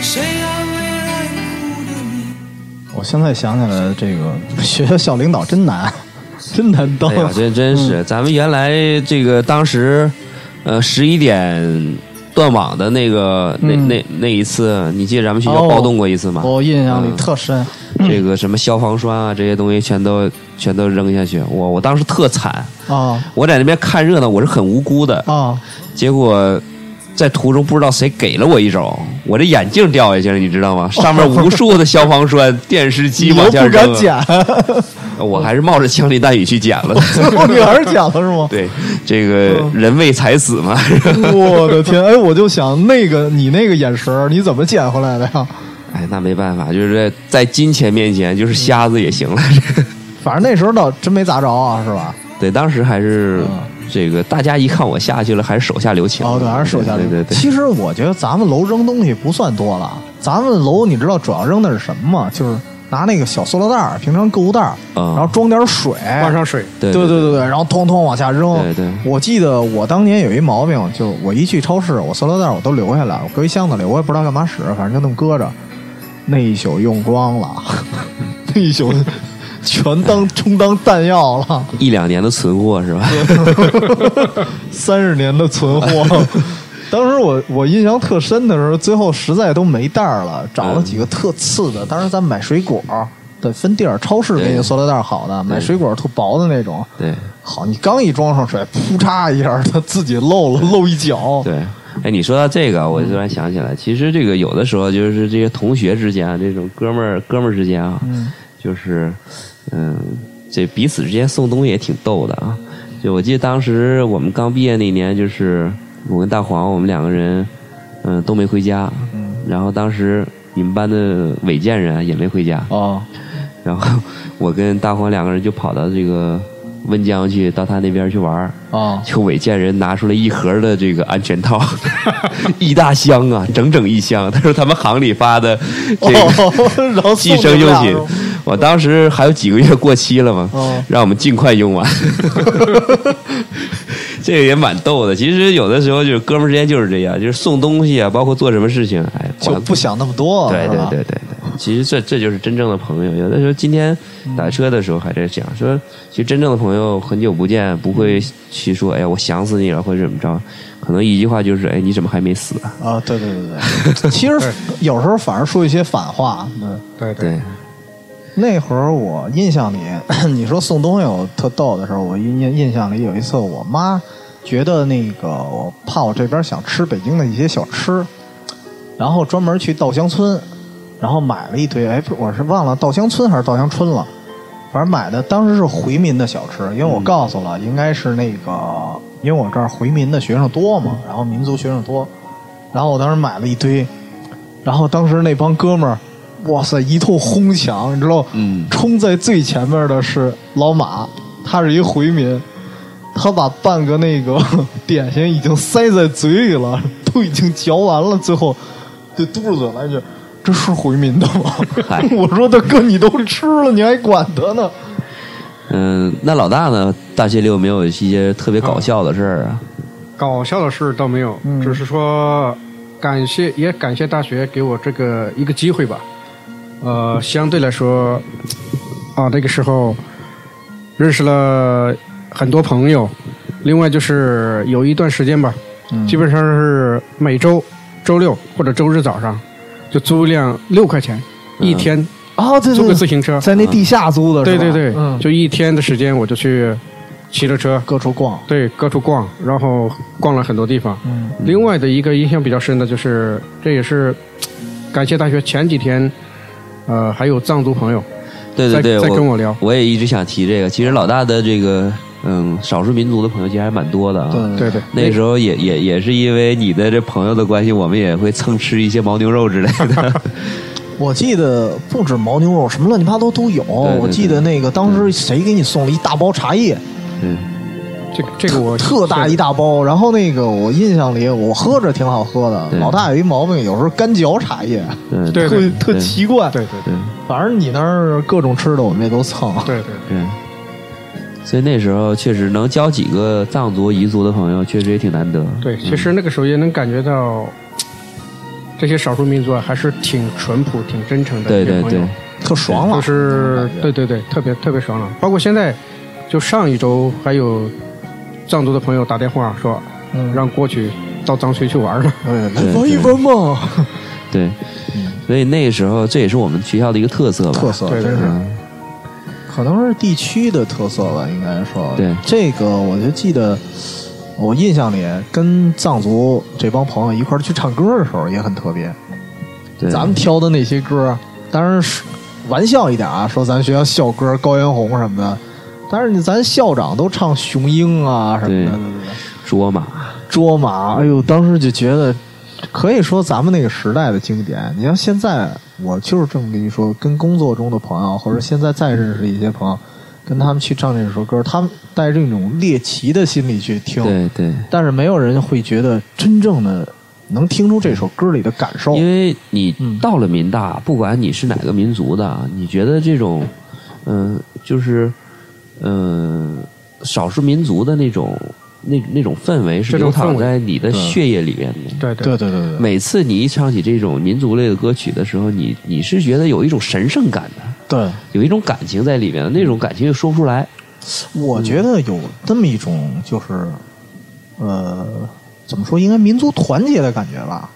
S13: 谁安慰爱哭的你？
S9: 我现在想起来，这个 *laughs* 学校校领导真难，真难当。
S11: 哎呀，这真是，咱们原来这个当时，呃，十一点断网的那个那
S9: 嗯
S11: 那那一次，你记得咱们学校
S9: 哦
S11: 暴动过一次吗？
S9: 我印象里
S11: 嗯
S9: 特深。
S11: 这个什么消防栓啊，这些东西全都全都扔下去。我我当时特惨，
S9: 啊
S11: 我在那边看热闹，我是很无辜的。
S9: 啊！
S11: 结果呃在途中不知道谁给了我一肘，我这眼镜掉下去了，你知道吗？上
S9: *laughs*
S11: 面无数的消防栓、电视机
S9: 你又
S11: 往下
S9: 不
S11: 扔
S9: 敢
S11: 啊，
S9: 捡，
S11: *laughs* 我还是冒着枪林弹雨去捡
S9: *laughs*
S11: 了的。
S9: 最后你还是捡了是吗？
S11: 对，这个人为财死嘛。
S9: *laughs* 嗯我的天！哎，我就想那个你那个眼神儿，你怎么捡回来的呀？
S11: 哎， *laughs* 那没办法，就是在金钱面前，就是瞎子也行
S9: *laughs*
S11: 了。
S9: 反正那时候倒真没砸着啊，是吧？嗯
S11: 对，当时还是这个大家一看我下去了，还是手下留情。
S9: 哦，对，还是手下留
S11: 对对对。
S9: 其实我觉得咱们楼扔东西不算多了，咱们楼你知道主要扔的是什么吗？就是拿那个小塑料袋儿，平常购物袋儿，
S11: 然
S9: 后装点水，
S10: 灌上水
S9: 对
S10: 对
S9: 嗯对
S10: 对
S9: 对对，然后通通往下扔。
S10: 对对
S9: 我记得我当年有一毛病，就是我一去超市，我塑料袋儿我都留下来，我搁一箱子里，我也不知道干嘛使，反正就那么搁着。那一宿用光了， *laughs* 那一宿全当充当弹药了。
S11: 一两年的存货是吧？
S9: 三十年的
S11: *laughs*
S9: 存货。当时我我印象特深的时候，最后实在都没袋儿了，找了几个特次
S11: 嗯
S9: 的。当时咱买水果得分地儿，超市给你
S11: 对
S9: 塑料袋儿好的，买水果特薄的那种。
S11: 对，
S9: 好，你刚一装上水，噗嚓一下，它自己漏了，漏一嗯脚。
S11: *laughs* 对，哎，你说到这个，我突然想起来，其实这个有的时候就是这些同学之间，啊这种哥们儿哥们儿之间啊，
S9: 嗯
S11: 就是嗯，这彼此之间送东西也挺逗的啊。就我记得当时我们刚毕业那年，就是我跟大黄，我们两个人嗯都没回家，
S9: 嗯
S11: 然后当时你们班的韦建人啊也没回家
S9: 哦，
S11: *laughs* 然后我跟大黄两个人就跑到这个温江去，到他那边去玩儿。
S9: 啊，
S11: 就韦建人拿出来一盒的这个安全套， *laughs* 一大箱啊，整整一箱。他说他们行里发的这
S9: 哦
S11: 个
S9: 然后
S11: 计
S9: 送
S11: 生
S9: 你
S11: 用
S9: 俩
S11: 品
S9: 是吗，
S11: 我当时还有几个月过期了嘛
S9: 哦，
S11: 让我们尽快
S9: *laughs*
S11: 用完。 *laughs* 这个也蛮逗的。其实有的时候就是哥们儿之间就是这样，就是送东西啊，包括做什么事情，哎，
S9: 就
S11: 管
S9: 不想那么多。
S11: 对对
S9: 是吧
S11: 对对对，其实这这就是真正的朋友。有的时候今天打车的时候还在讲说，其实真正的朋友很久不见，不会去说哎呀我想死你了或者怎么着，可能一句话就是哎你怎么还没死啊？
S9: 啊，对对对对，其实有时候反而说一些反话。嗯
S10: 对
S11: 对，
S9: 那会儿我印象里， *clears throat* 你说送东西我特逗的时候，我印印印象里有一次，我妈觉得那个我怕我这边想吃北京的一些小吃，然后专门去稻香村，然后买了一堆，哎，不我是忘了稻香村还是稻香村了，反正买的当时是回民的小吃，因为我告诉了，应该是那个，因为我这儿回民的学生多嘛，然后民族学生多，然后我当时买了一堆，然后当时那帮哥们儿，哇塞，一通哄抢，你知道，
S11: 嗯，
S9: 冲在最前面的是老马，他是一回民，他把半个那个 *laughs* 点心已经塞在嘴里了，都已经嚼完了，最后就嘟着嘴来一句：“这是回民的吗？” *laughs* 我说：“大哥，你都吃了，你还管他呢
S11: 嗯，那老大呢？大学里有没有一些特别搞笑的事儿啊？
S10: 搞笑的事倒没有，只是说感谢，也感谢大学给我这个一个机会吧。呃，相对来说，啊，那个时候认识了很多朋友，另外就是有一段时间吧，基本上是每周周六或者周日早上就租一辆六块钱、一天
S9: 哦，对对对
S10: 租个自行车，
S9: 在那地下租的是
S10: 对对
S9: 吧
S10: 对，
S9: 嗯
S10: 就一天的时间，我就去骑着车各处逛，对，各处逛，然后逛了很多地方。
S9: 嗯，
S10: 另外的一个印象比较深的就是，这也是感谢大学前几天，呃，还有藏族朋友，
S11: 对对对，
S10: 在在跟我聊，
S11: 我也一直想提这个。其实老大的这个嗯，少数民族的朋友其实还蛮多的啊。
S10: 对对
S11: 那时候也也也是因为你的这朋友的关系，我们也会蹭吃一些牦牛肉之类的。
S9: 我记得不止牦牛肉，什么乱七八糟都有。
S11: 对
S9: 我记得那个当时谁给你送了一大包茶叶，
S11: 嗯，
S10: 这这个我
S9: 特大一大包。然后那个我印象里，我喝着挺好喝的。老大有一毛病，有时候干嚼茶叶，
S10: 对
S11: 对
S10: 对
S9: 特特
S10: 对
S9: 奇怪。
S10: 对对
S11: 对，
S9: 反正你那儿各种吃的，我们也都蹭。
S10: 对对，
S11: 嗯，所以那时候确实能交几个藏族、彝族的朋友，确实也挺难得。
S10: 对，其实那个时候也能感觉到，这些少数民族啊，还是挺淳朴、挺真诚的。
S11: 对
S10: 这些
S11: 对
S10: 朋友
S11: 对
S9: 特爽啊朗
S10: 就是对对对，特别特别爽朗。包括现在，就上一周还有藏族的朋友打电话说，嗯让过去到藏区去玩了，
S11: 对
S9: 闻一
S11: 对
S9: 闻嘛，
S11: 对，所以那时候这也是我们学校的一个特色吧。
S9: 特色
S11: 对
S9: 真是嗯可能是地区的特色吧，应该说。
S11: 对
S9: 这个我就记得，我印象里跟藏族这帮朋友一块儿去唱歌的时候也很特别。
S11: 对
S9: 咱们挑的那些歌，当然是玩笑一点啊，说咱们学校校歌《高原红》什么的，但是咱校长都唱雄鹰啊什么
S11: 对
S9: 的，，
S11: 卓玛，
S9: 卓玛，哎呦，当时就觉得，可以说咱们那个时代的经典。你像现在，我就是这么跟你说，跟工作中的朋友，或者现在再认识的一些朋友，跟他们去唱这首歌，他们带着一种猎奇的心理去听，
S11: 对对。
S9: 但是没有人会觉得真正的能听出这首歌里的感受。
S11: 因为你
S9: 嗯
S11: 到了民大，不管你是哪个民族的，你觉得这种，嗯、就是，嗯、少数民族的那种那那种氛围是
S10: 这种
S11: 流
S10: 氛
S11: 淌
S10: 围嗯
S11: 在你的血液里面的。
S10: 对
S9: 对对对对
S11: 每次你一唱起这种民族类的歌曲的时候，你你是觉得有一种神圣感的，
S9: 对，
S11: 有一种感情在里面的，那种感情又说不出来。
S9: 我觉得有这么一种，就是，呃，怎么说，应该民族团结的感觉吧。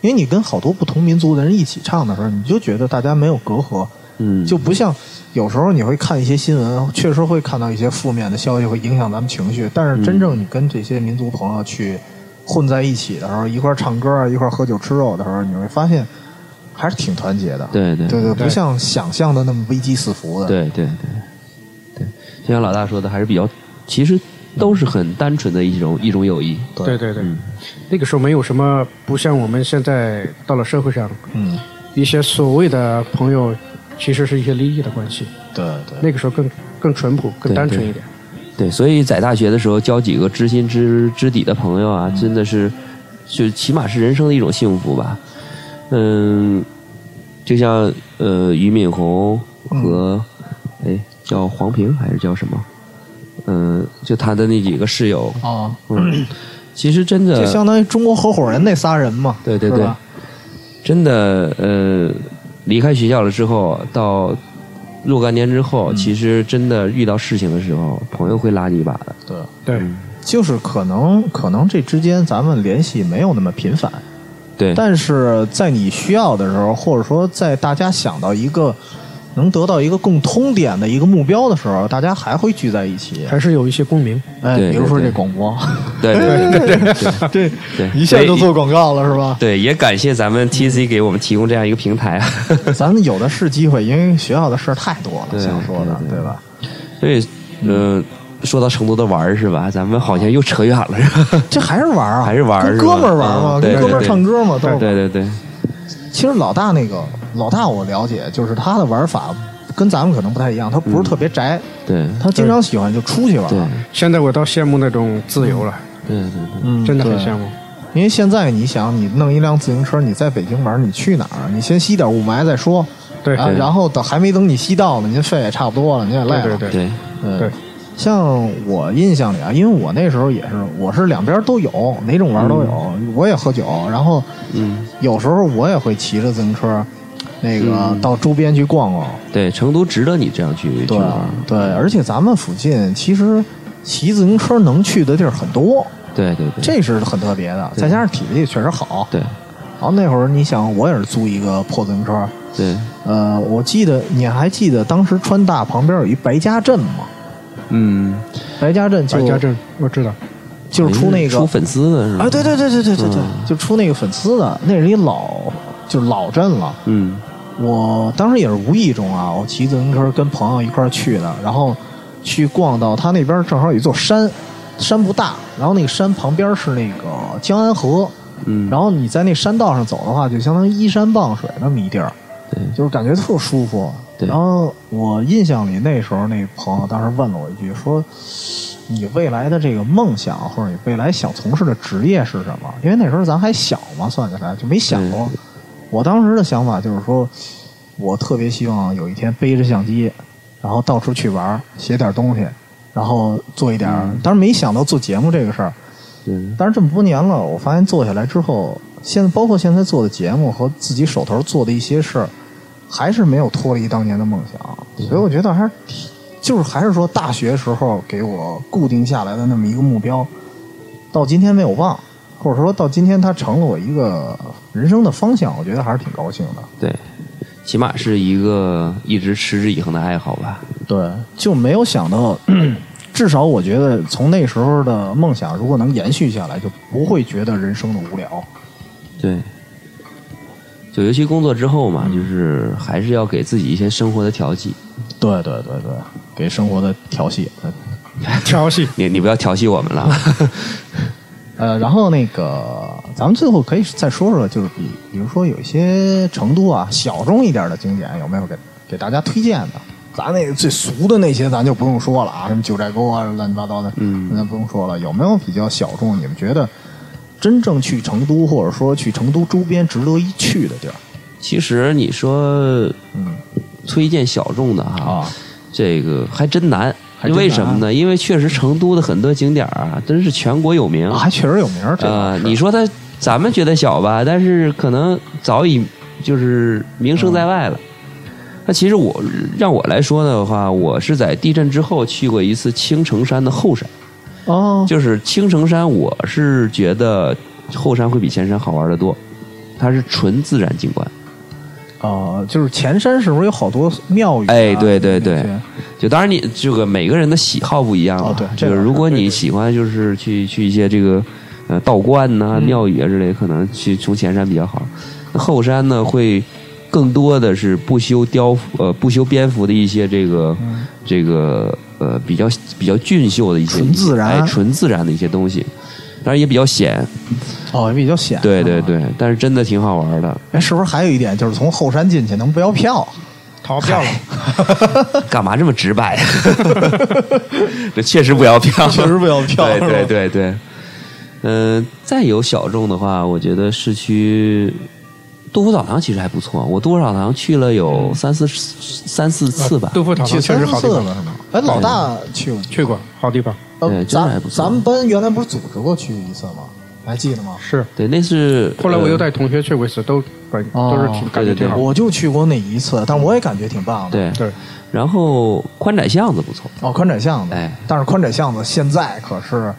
S9: 因为你跟好多不同民族的人一起唱的时候，你就觉得大家没有隔阂，
S11: 嗯，
S9: 就不像有时候你会看一些新闻，确实会看到一些负面的消息，会影响咱们情绪。但是真正你跟这些民族朋友去混在一起的时候，一块儿唱歌啊，一块儿喝酒吃肉的时候，你会发现还是挺团结的。
S11: 对对
S9: 对对，不像想象的那么危机四伏的。
S11: 对对对对，就像老大说的，还是比较，其实都是很单纯的一种一种友谊。嗯
S10: 对对对，那个时候没有什么，不像我们现在到了社会上，
S9: 嗯，
S10: 一些所谓的朋友，其实是一些利益的关系。
S9: 对对，
S10: 那个时候更更淳朴、更
S11: 对
S10: 单纯
S11: 对
S10: 一点。
S11: 对，所以在大学的时候交几个知心知知底的朋友啊，
S10: 嗯
S11: 真的是，就起码是人生的一种幸福吧。嗯，就像呃俞敏洪和
S9: 嗯
S11: 哎、叫黄平还是叫什么？嗯，就他的那几个室友，
S9: 啊，
S11: 嗯，其实真的
S9: 就相当于中国合伙人那仨人嘛。
S11: 对对
S9: 是
S11: 对
S9: 吧，
S11: 真的呃，离开学校了之后，到若干年之后，
S9: 嗯
S11: 其实真的遇到事情的时候，朋友会拉你一把的。
S9: 对
S10: 对，
S9: 就是可能可能这之间咱们联系没有那么频繁，
S11: 对，
S9: 但是在你需要的时候，或者说在大家想到一个能得到一个共通点的一个目标的时候，大家还会聚在一起。
S10: 还是有一些共鸣。
S9: 哎，
S11: 对
S9: 比如说
S11: 对
S9: 这广播，
S11: 对对对对
S9: *laughs* 对，
S11: 对，
S9: 一下就
S11: 所以
S9: 做广告了是吧？
S11: 对，也感谢咱们
S10: 嗯
S11: TC 给我们提供这样一个平台啊。 *laughs*
S9: 咱们有的是机会，因为学校的事儿太多了，
S11: 对
S9: 想说的，对吧？
S11: 所以，嗯、说到成都的玩儿是吧？咱们好像又扯远了是吧？
S9: 这还是玩儿啊，
S11: 还是玩儿
S9: 跟
S11: 是吧，
S9: 哥们儿玩儿嘛
S11: 嗯
S9: 跟
S11: 对
S9: 哥们儿
S11: 对
S9: 唱歌嘛都是
S11: 对对对，
S9: 其实老大那个老大，我了解，就是他的玩法跟咱们可能不太一样，他不是特别宅，
S11: 嗯对
S9: 他经常喜欢就出去玩。
S10: 现在我倒羡慕那种自由了，
S11: 对对对，
S9: 嗯
S10: 真的很
S9: 对
S10: 羡慕。
S9: 因为现在你想，你弄一辆自行车，你在北京玩，你去哪儿？你先吸点雾霾再说。
S10: 对
S9: 啊
S10: 对
S9: 然后等还没等你吸到呢，您肺也差不多了，您也累了。
S10: 对对
S9: 对对。像我印象里啊，因为我那时候也是，我是两边都有，哪种玩都有，我也喝酒，然后
S11: 嗯，
S9: 有时候我也会骑着自行车，那个到周边去逛逛。
S11: 对，成都值得你这样去去
S9: 对啊
S11: 玩儿。
S9: 对，而且咱们附近其实骑自行车能去的地儿很多，
S11: 对对对，
S9: 这是很特别的。再加上体力确实好。
S11: 对。
S9: 然后那会儿你想，我也是租一个破自行车，
S11: 对，
S9: 呃，我记得你还记得当时川大旁边有一白家镇吗？
S11: 嗯，
S9: 白家镇就
S10: 白家镇我知道，
S9: 就是出那个
S11: 哎出粉丝的是吧？
S9: 啊，对对对对对对对，
S11: 嗯
S9: 就出那个粉丝的，那是一老就是老镇了。
S11: 嗯，
S9: 我当时也是无意中啊，我骑自行车跟朋友一块儿去的，然后去逛到他那边正好有一座山，山不大，然后那个山旁边是那个江安河，
S11: 嗯，
S9: 然后你在那山道上走的话，就相当于依山傍水那么一地儿，
S11: 对，
S9: 就是感觉特舒服。
S11: 对
S9: 然后我印象里那时候那朋友当时问了我一句，说你未来的这个梦想或者你未来想从事的职业是什么？因为那时候咱还小嘛，算起来就没想过。我当时的想法就是说，我特别希望有一天背着相机，然后到处去玩儿，写点东西，然后做一点儿。当然没想到做节目这个事儿，但是这么多年了，我发现做下来之后，现在包括现在做的节目和自己手头做的一些事儿，还是没有脱离当年的梦想。所以我觉得还是挺，就是还是说大学时候给我固定下来的那么一个目标，到今天没有忘，或者说到今天它成了我一个人生的方向，我觉得还是挺高兴的。
S11: 对，起码是一个一直持之以恒的爱好吧。
S9: 对，就没有想到， *clears throat* 至少我觉得从那时候的梦想，如果能延续下来，就不会觉得人生的无聊。
S11: 对，就尤其工作之后
S9: 嗯
S11: 嘛，就是还是要给自己一些生活的调剂。
S9: 对对对对，给生活的调 *laughs* 戏。
S10: 调戏
S11: 你，你不要调戏我们了。
S9: *laughs* 呃，然后那个，咱们最后可以再说说，就是比比如说有一些成都啊小众一点的景点，有没有给给大家推荐的？咱那个最俗的那些，咱就不用说了啊，什么九寨沟啊，乱七八糟的，嗯，咱不用说了。有没有比较小众？你们觉得真正去成都，或者说去成都周边值得一去的地儿？
S11: 其实你说，推荐小众的哈，这个还真难。
S9: 啊真难
S11: 为什么呢？因为确实成都的很多景点儿啊，真是全国有名，
S9: 啊还确实有名儿。这
S11: 呃，你说它咱们觉得小吧，但是可能早已就是名声在外了。
S9: 嗯
S11: 那其实我让我来说的话，我是在地震之后去过一次青城山的后山。
S9: 哦，
S11: 就是青城山，我是觉得后山会比前山好玩的多，它是纯自然景观。
S9: 哦，就是前山是不是有好多庙宇、啊？
S11: 哎，对对对
S9: 那些，
S11: 就当然你这个每个人的喜好不一样啊。对，
S9: 哦这
S11: 就是
S9: 倒是
S11: 如果你喜欢就是去去一些这个呃道观
S9: 嗯
S11: 呐、庙宇啊之类，可能去从前山比较好。那后山呢，会更多的是不修雕幅呃不修边幅的一些这个、
S9: 嗯
S11: 这个呃比较比较俊秀的一些
S9: 纯自然
S11: 哎纯自然的一些东西，当然也比较险。
S9: 哦，也比较险。
S11: 对对对，
S9: 嗯
S11: 但是真的挺好玩的。
S9: 哎，是不是还有一点就是从后山进去能不要票？逃票了，
S11: 干嘛这么直
S9: *laughs*
S11: 白 *laughs* 呀？这确实不要票，
S9: 确实不要票
S11: 对
S9: 是吧
S11: 对对对，嗯、再有小众的话，我觉得市区杜甫草堂其实还不错。我杜甫草堂去了有
S10: 嗯
S11: 三四三四
S10: 啊
S11: 次吧。
S10: 杜甫草堂确实好地方，
S9: 哎，老大去过
S10: 去过，好地方。
S11: 对，真的还
S9: 咱
S11: 不错。
S9: 咱们班原来不是组织过去一次吗？还记得吗？
S10: 是
S11: 对，那是呃哦
S10: 后来我又带同学去过一次，都感都是挺感觉挺好。
S9: 我就去过那一次，但我也感觉挺棒的。
S11: 对对，然后宽窄巷子不错。
S9: 哦，宽窄巷子，
S11: 哎
S9: 但是宽窄巷子现在可是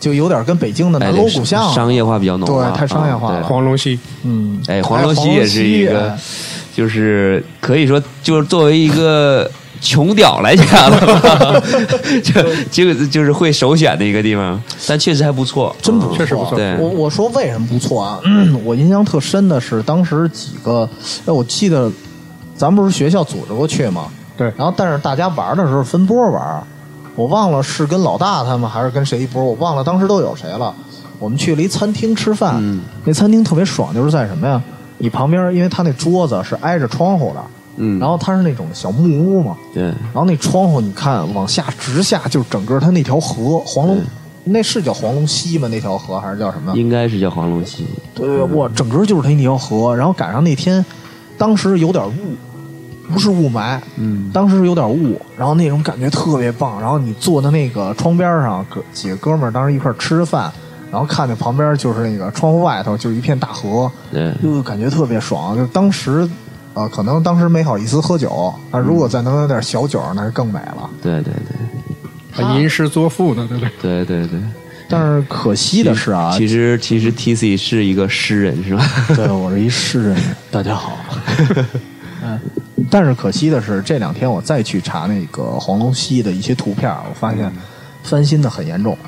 S9: 就有点跟北京的
S11: 哎
S9: 南
S11: 对
S9: 锣鼓巷了
S11: 商业化比较浓啊，
S9: 对，太商业化
S11: 啊
S9: 了。
S11: 对
S10: 黄龙溪，
S9: 嗯，
S11: 哎，
S9: 黄
S11: 黄龙
S9: 龙
S11: 溪
S9: 溪
S11: 也是一个
S9: 哎，
S11: 就是可以说，就是作为一个穷屌来讲 *laughs* 的话，这这个就是会首选的一个地方，但确实还不错，真不
S9: 错
S11: 对，
S9: 我我说为什么不错啊？ *clears throat* 我印象特深的是当时几个，哎，我记得咱不是学校组织过去吗？
S10: 对。
S9: 然后但是大家玩的时候分波玩，我忘了是跟老大他们还是跟谁一波，我忘了当时都有谁了。我们去了一餐厅吃饭，
S11: 嗯
S9: 那餐厅特别爽，就是在什么呀？你旁边，因为他那桌子是挨着窗户的，
S11: 嗯，
S9: 然后它是那种小木屋嘛，
S11: 对，
S9: 然后那窗户你看往下直下，就是整个它那条河黄龙，那是叫黄龙溪吗？那条河还是叫什么？
S11: 应该是叫黄龙溪，
S9: 对，哇，整个就是它那条河。然后赶上那天，当时有点雾，不是雾霾，
S11: 嗯，
S9: 当时有点雾，然后那种感觉特别棒。然后你坐在那个窗边上，哥几个哥们儿当时一块儿吃着饭，然后看见旁边就是那个窗户外头就是一片大河，
S11: 对，
S9: 就感觉特别爽。就当时，啊，可能当时没好意思喝酒，那如果再能有点小酒儿，那就更美了。
S11: 对对
S10: 还吟诗作赋呢，对不对？
S11: 对对对对。
S9: 但是可惜的是啊，
S11: 其实其实 T C 是一个诗人是吧？ *laughs*
S9: 对我是一诗人。大家好，嗯，但是可惜的是，这两天我再去查那个黄龙溪的一些图片儿，啊我发现
S10: 嗯
S9: 翻新的很严重，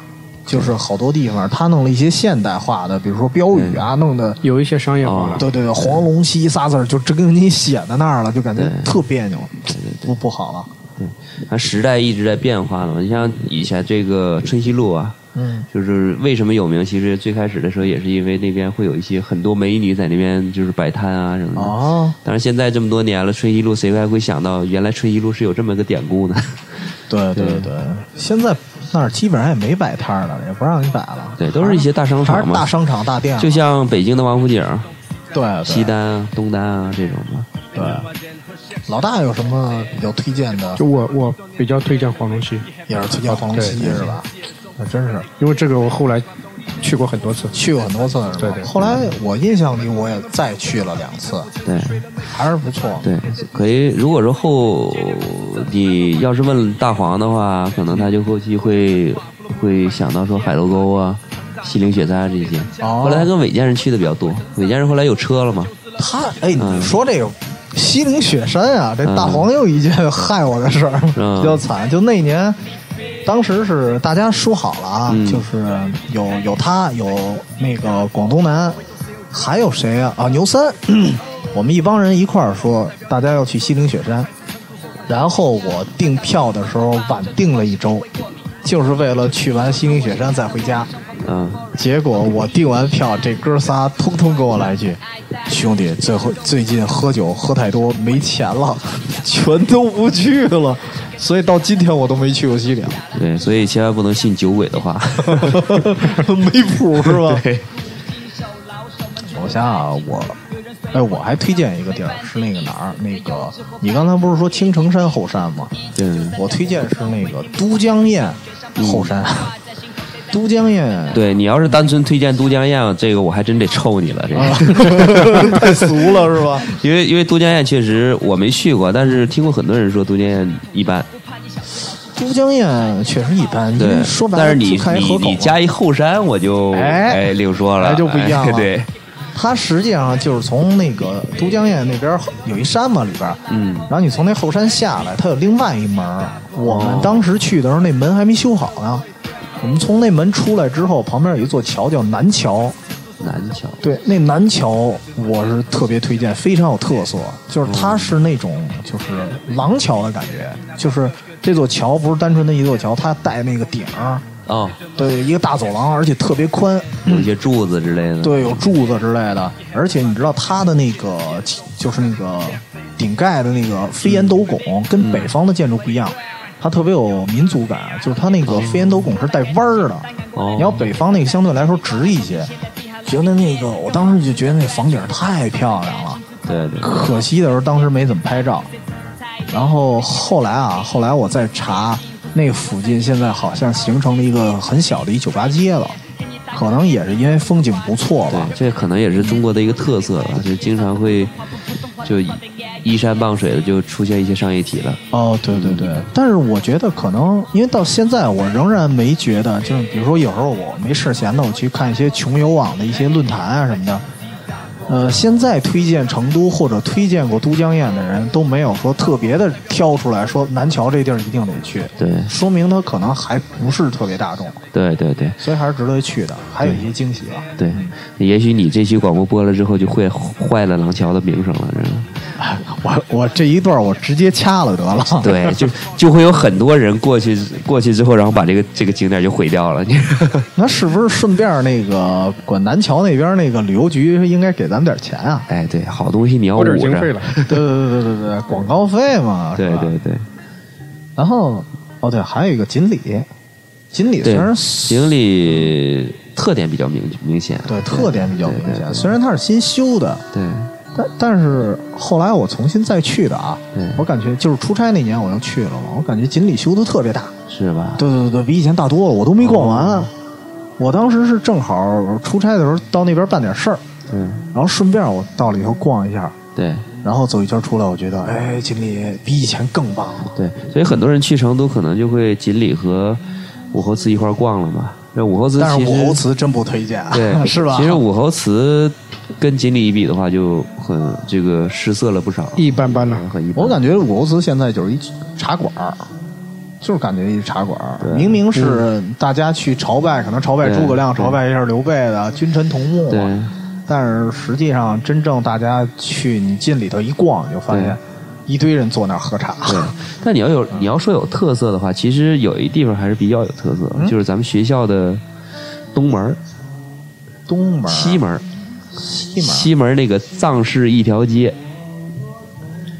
S9: 就是好多地方他弄了一些现代化的，比如说标语
S11: 嗯
S9: 啊，弄的
S10: 有一些商业
S11: 哦
S10: 化了。
S9: 对对对，黄龙溪仨字儿就真跟你写在那儿了，就感觉特别扭，不不好了。
S11: 它时代一直在变化嘛。你像以前这个春熙路啊，
S9: 嗯，
S11: 就是为什么有名？其实最开始的时候也是因为那边会有一些很多美女在那边就是摆摊啊什么的。
S9: 哦，
S11: 但是现在这么多年了，春熙路谁还会想到原来春熙路是有这么个典故呢？
S9: 对对对，现在那儿基本上也没摆摊儿了，也不让你摆了，啊
S11: 对，都是一些大商
S9: 还
S11: 场
S9: 是
S11: 嘛，
S9: 大商场大店，啊
S11: 就像北京的王府井、
S9: 对对
S11: 西单啊、东单啊这种嘛。
S9: 对，老大有什么比较推荐的？
S10: 就我我比较推荐黄龙溪，
S9: 也是推荐黄龙溪
S10: 对对
S9: 是吧？那真是
S10: 因为这个我后来去过很多次，
S9: 去过很多次是吧？
S10: 对对。
S9: 后来我印象里我也再去了两次，
S11: 对
S9: 还是不错。
S11: 对，可以。如果说后你要是问大黄的话，可能他就后期会会想到说海楼沟啊、西岭雪山这些。
S9: 哦
S11: 后来他跟韦建人去的比较多，韦建人后来有车了嘛？
S9: 他哎，
S11: 嗯
S9: 你说这个西岭雪山啊，这大
S11: 嗯
S9: 黄又一件害我的事儿，
S11: 嗯
S9: 比较惨。就那年，当时是大家说好了啊，
S11: 嗯
S9: 就是有有他，有那个广东男，还有谁啊？啊，牛三， *clears throat* 我们一帮人一块儿说，大家要去西岭雪山。然后我订票的时候晚订了一周，就是为了去完西岭雪山再回家。
S11: 嗯，
S9: 结果我订完票，这哥仨通通给我来一 *laughs* 句：“兄弟，最后最近喝酒喝太多，没钱了， *laughs* 全都不去了。”所以到今天我都没去过西 *laughs* 岭，
S11: 对，所以千万不能信酒鬼的话。 *laughs*
S9: 没谱是吧？
S11: 对。
S9: 我想想啊，我，哎，我还推荐一个地儿，是那个哪儿？那个你刚才不是说青城山后山吗？
S11: 对，
S9: 我推荐是那个都江堰后山。嗯都江堰
S11: 对你要是单纯推荐都江堰，这个我还真得抽你了，这个。
S9: *laughs* 太俗了是吧？
S11: *laughs* 因为因为都江堰确实我没去过，但是听过很多人说都江堰一般。
S9: 都江堰确实一般，因
S11: 对
S9: 为，说白了
S11: 但是你
S9: 就看一
S11: 你
S9: 河口
S11: 你加一后山，我就
S9: 哎
S11: 另说了，
S9: 哎就不一样
S11: 哎
S9: 了
S11: 对，
S9: 它实际上就是从那个都江堰那边儿有一山嘛，里边儿，
S11: 嗯
S9: 然后你从那后山下来，它有另外一门儿。我们当时去的时候，那门还没修好呢。我们从那门出来之后，旁边有一座桥叫南桥。
S11: 南桥。
S9: 对，那南桥我是特别推荐，非常有特色。就是它是那种就是廊桥的感觉，就是这座桥不是单纯的一座桥，它带那个顶儿，
S11: 哦，
S9: 对，一个大走廊，而且特别宽。
S11: 有一些柱子之类的。
S9: 对，有柱子之类的，而且你知道它的那个就是那个顶盖的那个飞檐斗拱，
S11: 嗯
S9: 跟北方的建筑不一样，它特别有民族感，就是它那个飞檐斗拱是带弯儿的，
S11: 哦
S9: 你要北方那个相对来说直一些，觉得那个我当时就觉得那房顶太漂亮了，
S11: 对对，
S9: 可惜的是当时没怎么拍照，然后后来啊，后来我再查，那附近现在好像形成了一个很小的一酒吧街了。可能也是因为风景不错吧，
S11: 啊这可能也是中国的一个特色吧，就经常会就依山傍水的就出现一些商业体了。
S9: 哦，对对对，但是我觉得可能，因为到现在我仍然没觉得，就是比如说有时候我没事闲的，我去看一些穷游网的一些论坛啊什么的，呃，现在推荐成都或者推荐过都江堰的人都没有说特别的挑出来说南桥这地儿一定得去，
S11: 对
S9: 说明它可能还不是特别大众，
S11: 对对对
S9: 所以还是值得去的，还有一些惊喜啊吧。
S11: 对，也许你这期广播播了之后就会坏了廊桥的名声了，真的。
S9: 我我这一段我直接掐了得了，
S11: 对，就就会有很多人过去过去之后，然后把这个这个景点就毁掉了。 *laughs* 你
S9: 那是不是顺便那个管南桥那边那个旅游局应该给咱们点钱啊？
S11: 哎，对，好东西你要捂
S9: 拨
S11: 着
S9: 点。经费了对对对对对对，广告费嘛。
S11: 对对
S9: *laughs*
S11: 对，
S9: 然后哦对，还有一个锦里，锦里虽
S11: 对
S9: 然，
S11: 锦里特点比较明明显。
S9: 对特点比较明
S11: 对对
S9: 显，虽然它是新修的，
S11: 对
S9: 但但是后来我重新再去的啊
S11: 对，
S9: 我感觉就是出差那年我又去了嘛，我感觉锦里修的特别大，
S11: 是吧？
S9: 对对对对，比以前大多了，我都没逛完。我当时是正好出差的时候到那边办点事儿，
S11: 嗯，
S9: 然后顺便我到里头逛一下，
S11: 对
S9: 然后走一圈出来，我觉得哎，锦里比以前更棒了。
S11: 对，所以很多人去成都可能就会锦里和武侯祠一块儿逛了嘛。那武侯祠
S9: 但是
S11: 其实
S9: 武侯祠真不推荐，
S10: *laughs*
S11: 对
S9: *laughs* 是吧？
S11: 其实武侯祠跟锦鲤一比的话，就很这个失色了不少，嗯
S10: 一般般了。
S11: 很一般。
S9: 我感觉武侯祠现在就是一茶馆儿，就是感觉一茶馆儿。明明是大家去朝拜，可能朝拜
S11: 嗯对
S9: 诸葛亮、
S11: 对
S9: 朝拜一下刘备的君臣同墓
S11: 对
S9: 嘛。但是实际上，真正大家去你进里头一逛，你就发现
S11: 对
S9: 一堆人坐那儿喝茶。
S11: 对，但你要
S9: 嗯
S11: 有你要说有特色的话，其实有一地方还是比较有特色，
S9: 嗯
S11: 就是咱们学校的东门儿、
S9: *laughs* 东门儿、
S11: 西门儿、
S9: 西门儿
S11: 西门儿那个藏式一条街。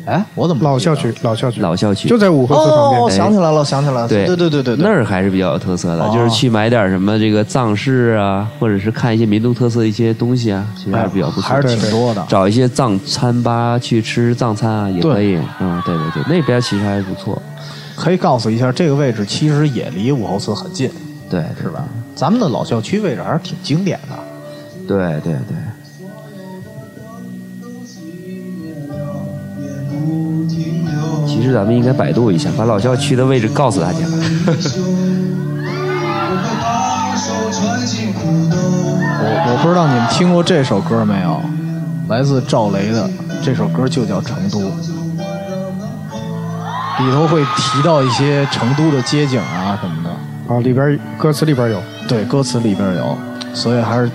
S9: 哎，我怎么
S11: 老
S10: 校区？老校区，
S11: 老校区
S10: 就在武侯祠旁边
S9: 哦，想起来了，想起来了，
S11: 哎啊对
S9: 对对对对对，
S11: 那儿还是比较有特色的，
S9: 哦
S11: 就是去买点什么这个藏式啊，或者是看一些民族特色的一些东西啊，其实还是比较不错，
S9: 还是挺多的
S11: 找一些藏餐吧去吃藏餐啊，也可以。嗯，对对对，那边其实还是不错。
S9: 可以告诉一下，这个位置其实也离武侯祠很近，
S11: 对，
S9: 是吧？咱们的老校区位置还是挺经典的。
S11: 对对对。其实咱们应该百度一下，把老校区的位置告诉大家。
S9: 我我不知道你们听过这首歌没有，来自赵雷的这首歌就叫《成都》，里头会提到一些成都的街景啊什么的。
S10: 啊，里边歌词里边有，
S9: 对，歌词里边有，所以还是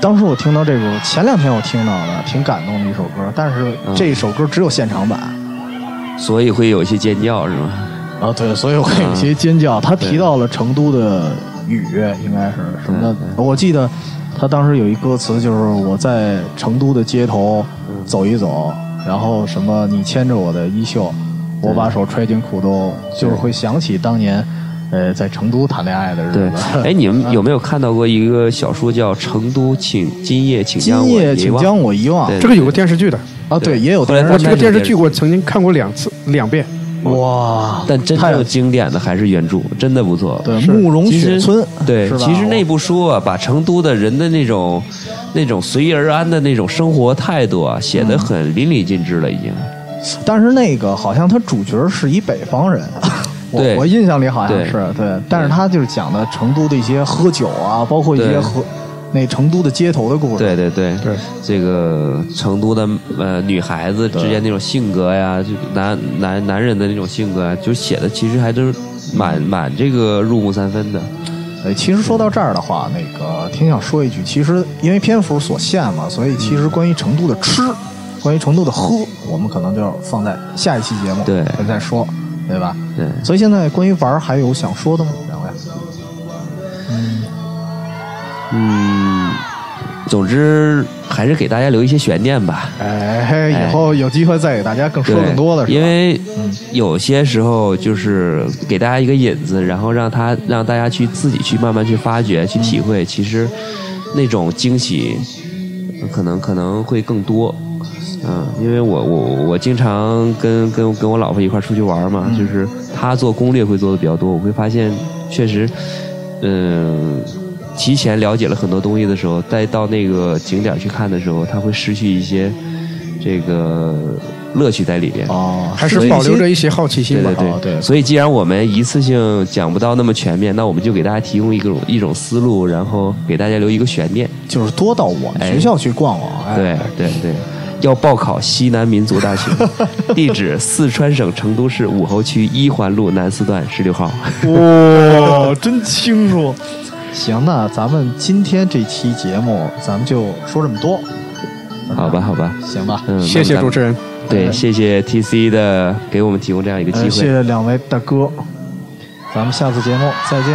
S9: 当时我听到这首，前两天我听到的，挺感动的一首歌，但是
S11: 嗯
S9: 这首歌只有现场版。
S11: 所以会有一些尖叫是吗？
S9: 啊，对，所以我有些尖叫。他提到了成都的雨，应该是什么
S11: 嗯
S9: 的？我记得他当时有一歌词，就是我在成都的街头
S11: 嗯
S9: 走一走，然后什么你牵着我的衣袖，我把手揣进裤兜，就是会想起当年，呃，在成都谈恋爱的日
S11: 对
S9: 子。，
S11: 哎，你
S9: *laughs*
S11: 们有没有看到过一个小说叫《成都，请今夜，请将我
S9: 今夜
S11: 遗
S9: 请
S11: 忘》？
S9: 将我遗忘
S11: 对，
S10: 这个有个电视剧的
S9: 啊，对，也有
S11: 后来
S10: 我
S11: 他
S10: 这个
S11: 拍成
S10: 电视
S11: 电
S10: 剧
S11: 视
S10: 我曾经看过两次，两遍。
S9: 哇！
S11: 但真正经典的还是原著，真的不错。
S9: 对慕容雪村
S11: 对
S9: 是，吧
S11: 其实那部书啊，把成都的人的那种、那种随遇而安的那种生活态度啊，写得很淋漓尽致了，已经。
S9: 但是那个好像他主角是一北方人，我
S11: 对
S9: 我印象里好像
S11: 对
S9: 是对，但是他就是讲的成都的一些喝酒啊，包括一些
S11: 对
S9: 喝那成都的街头的故事。
S11: 对对对，对这个成都的呃女孩子之间那种性格呀，就男男男人的那种性格啊，就写的其实还都是蛮蛮这个入木三分的。
S9: 呃，其实说到这儿的话，那个挺想说一句，其实因为篇幅所限嘛，所以其实关于成都的吃，关于成都的喝，我们可能就要放在下一期节目
S11: 对
S9: 再说，对吧？
S11: 对，
S9: 所以现在关于玩儿还有想说的吗？两位？
S11: 嗯，总之还是给大家留一些悬念吧。
S9: 哎，以后有机会再给大家更说更多的是吧，
S11: 因为有些时候就是给大家一个引子，然后让他让大家去自己去慢慢去发掘、去体会，其实那种惊喜呃可能可能会更多。嗯，因为我我我经常跟跟跟我老婆一块儿出去玩儿
S9: 嗯
S11: 嘛，就是她做攻略会做的比较多，我会发现确实，嗯、提前了解了很多东西的时候，再到那个景点儿去看的时候，她会失去一些这个乐趣在里边。
S9: 哦
S10: 还是保留着一些好奇心吧
S11: 对对
S10: 哦对
S11: 所以既然我们一次性讲不到那么全面，那我们就给大家提供一种一种思路，然后给大家留一个悬念。
S9: 就是多到我们
S11: 哎
S9: 学校去逛逛。哎，
S11: 对对对，要报考西南民
S10: *laughs*
S11: 族大学，地址四川省成都市武侯区一环路南四段十六号。
S9: 哇、真清楚。 *laughs* 行，那咱们今天这期节目咱们就说这么多。
S11: 好吧，好吧，
S9: 行吧
S11: 嗯，
S9: 谢谢
S11: 那么咱们
S9: 主持人
S11: 对，
S9: 嗯
S11: 谢谢 TC 的给我们提供这样一个机
S9: 呃
S11: 会。
S9: 谢谢两位大哥，咱们下次节目再见，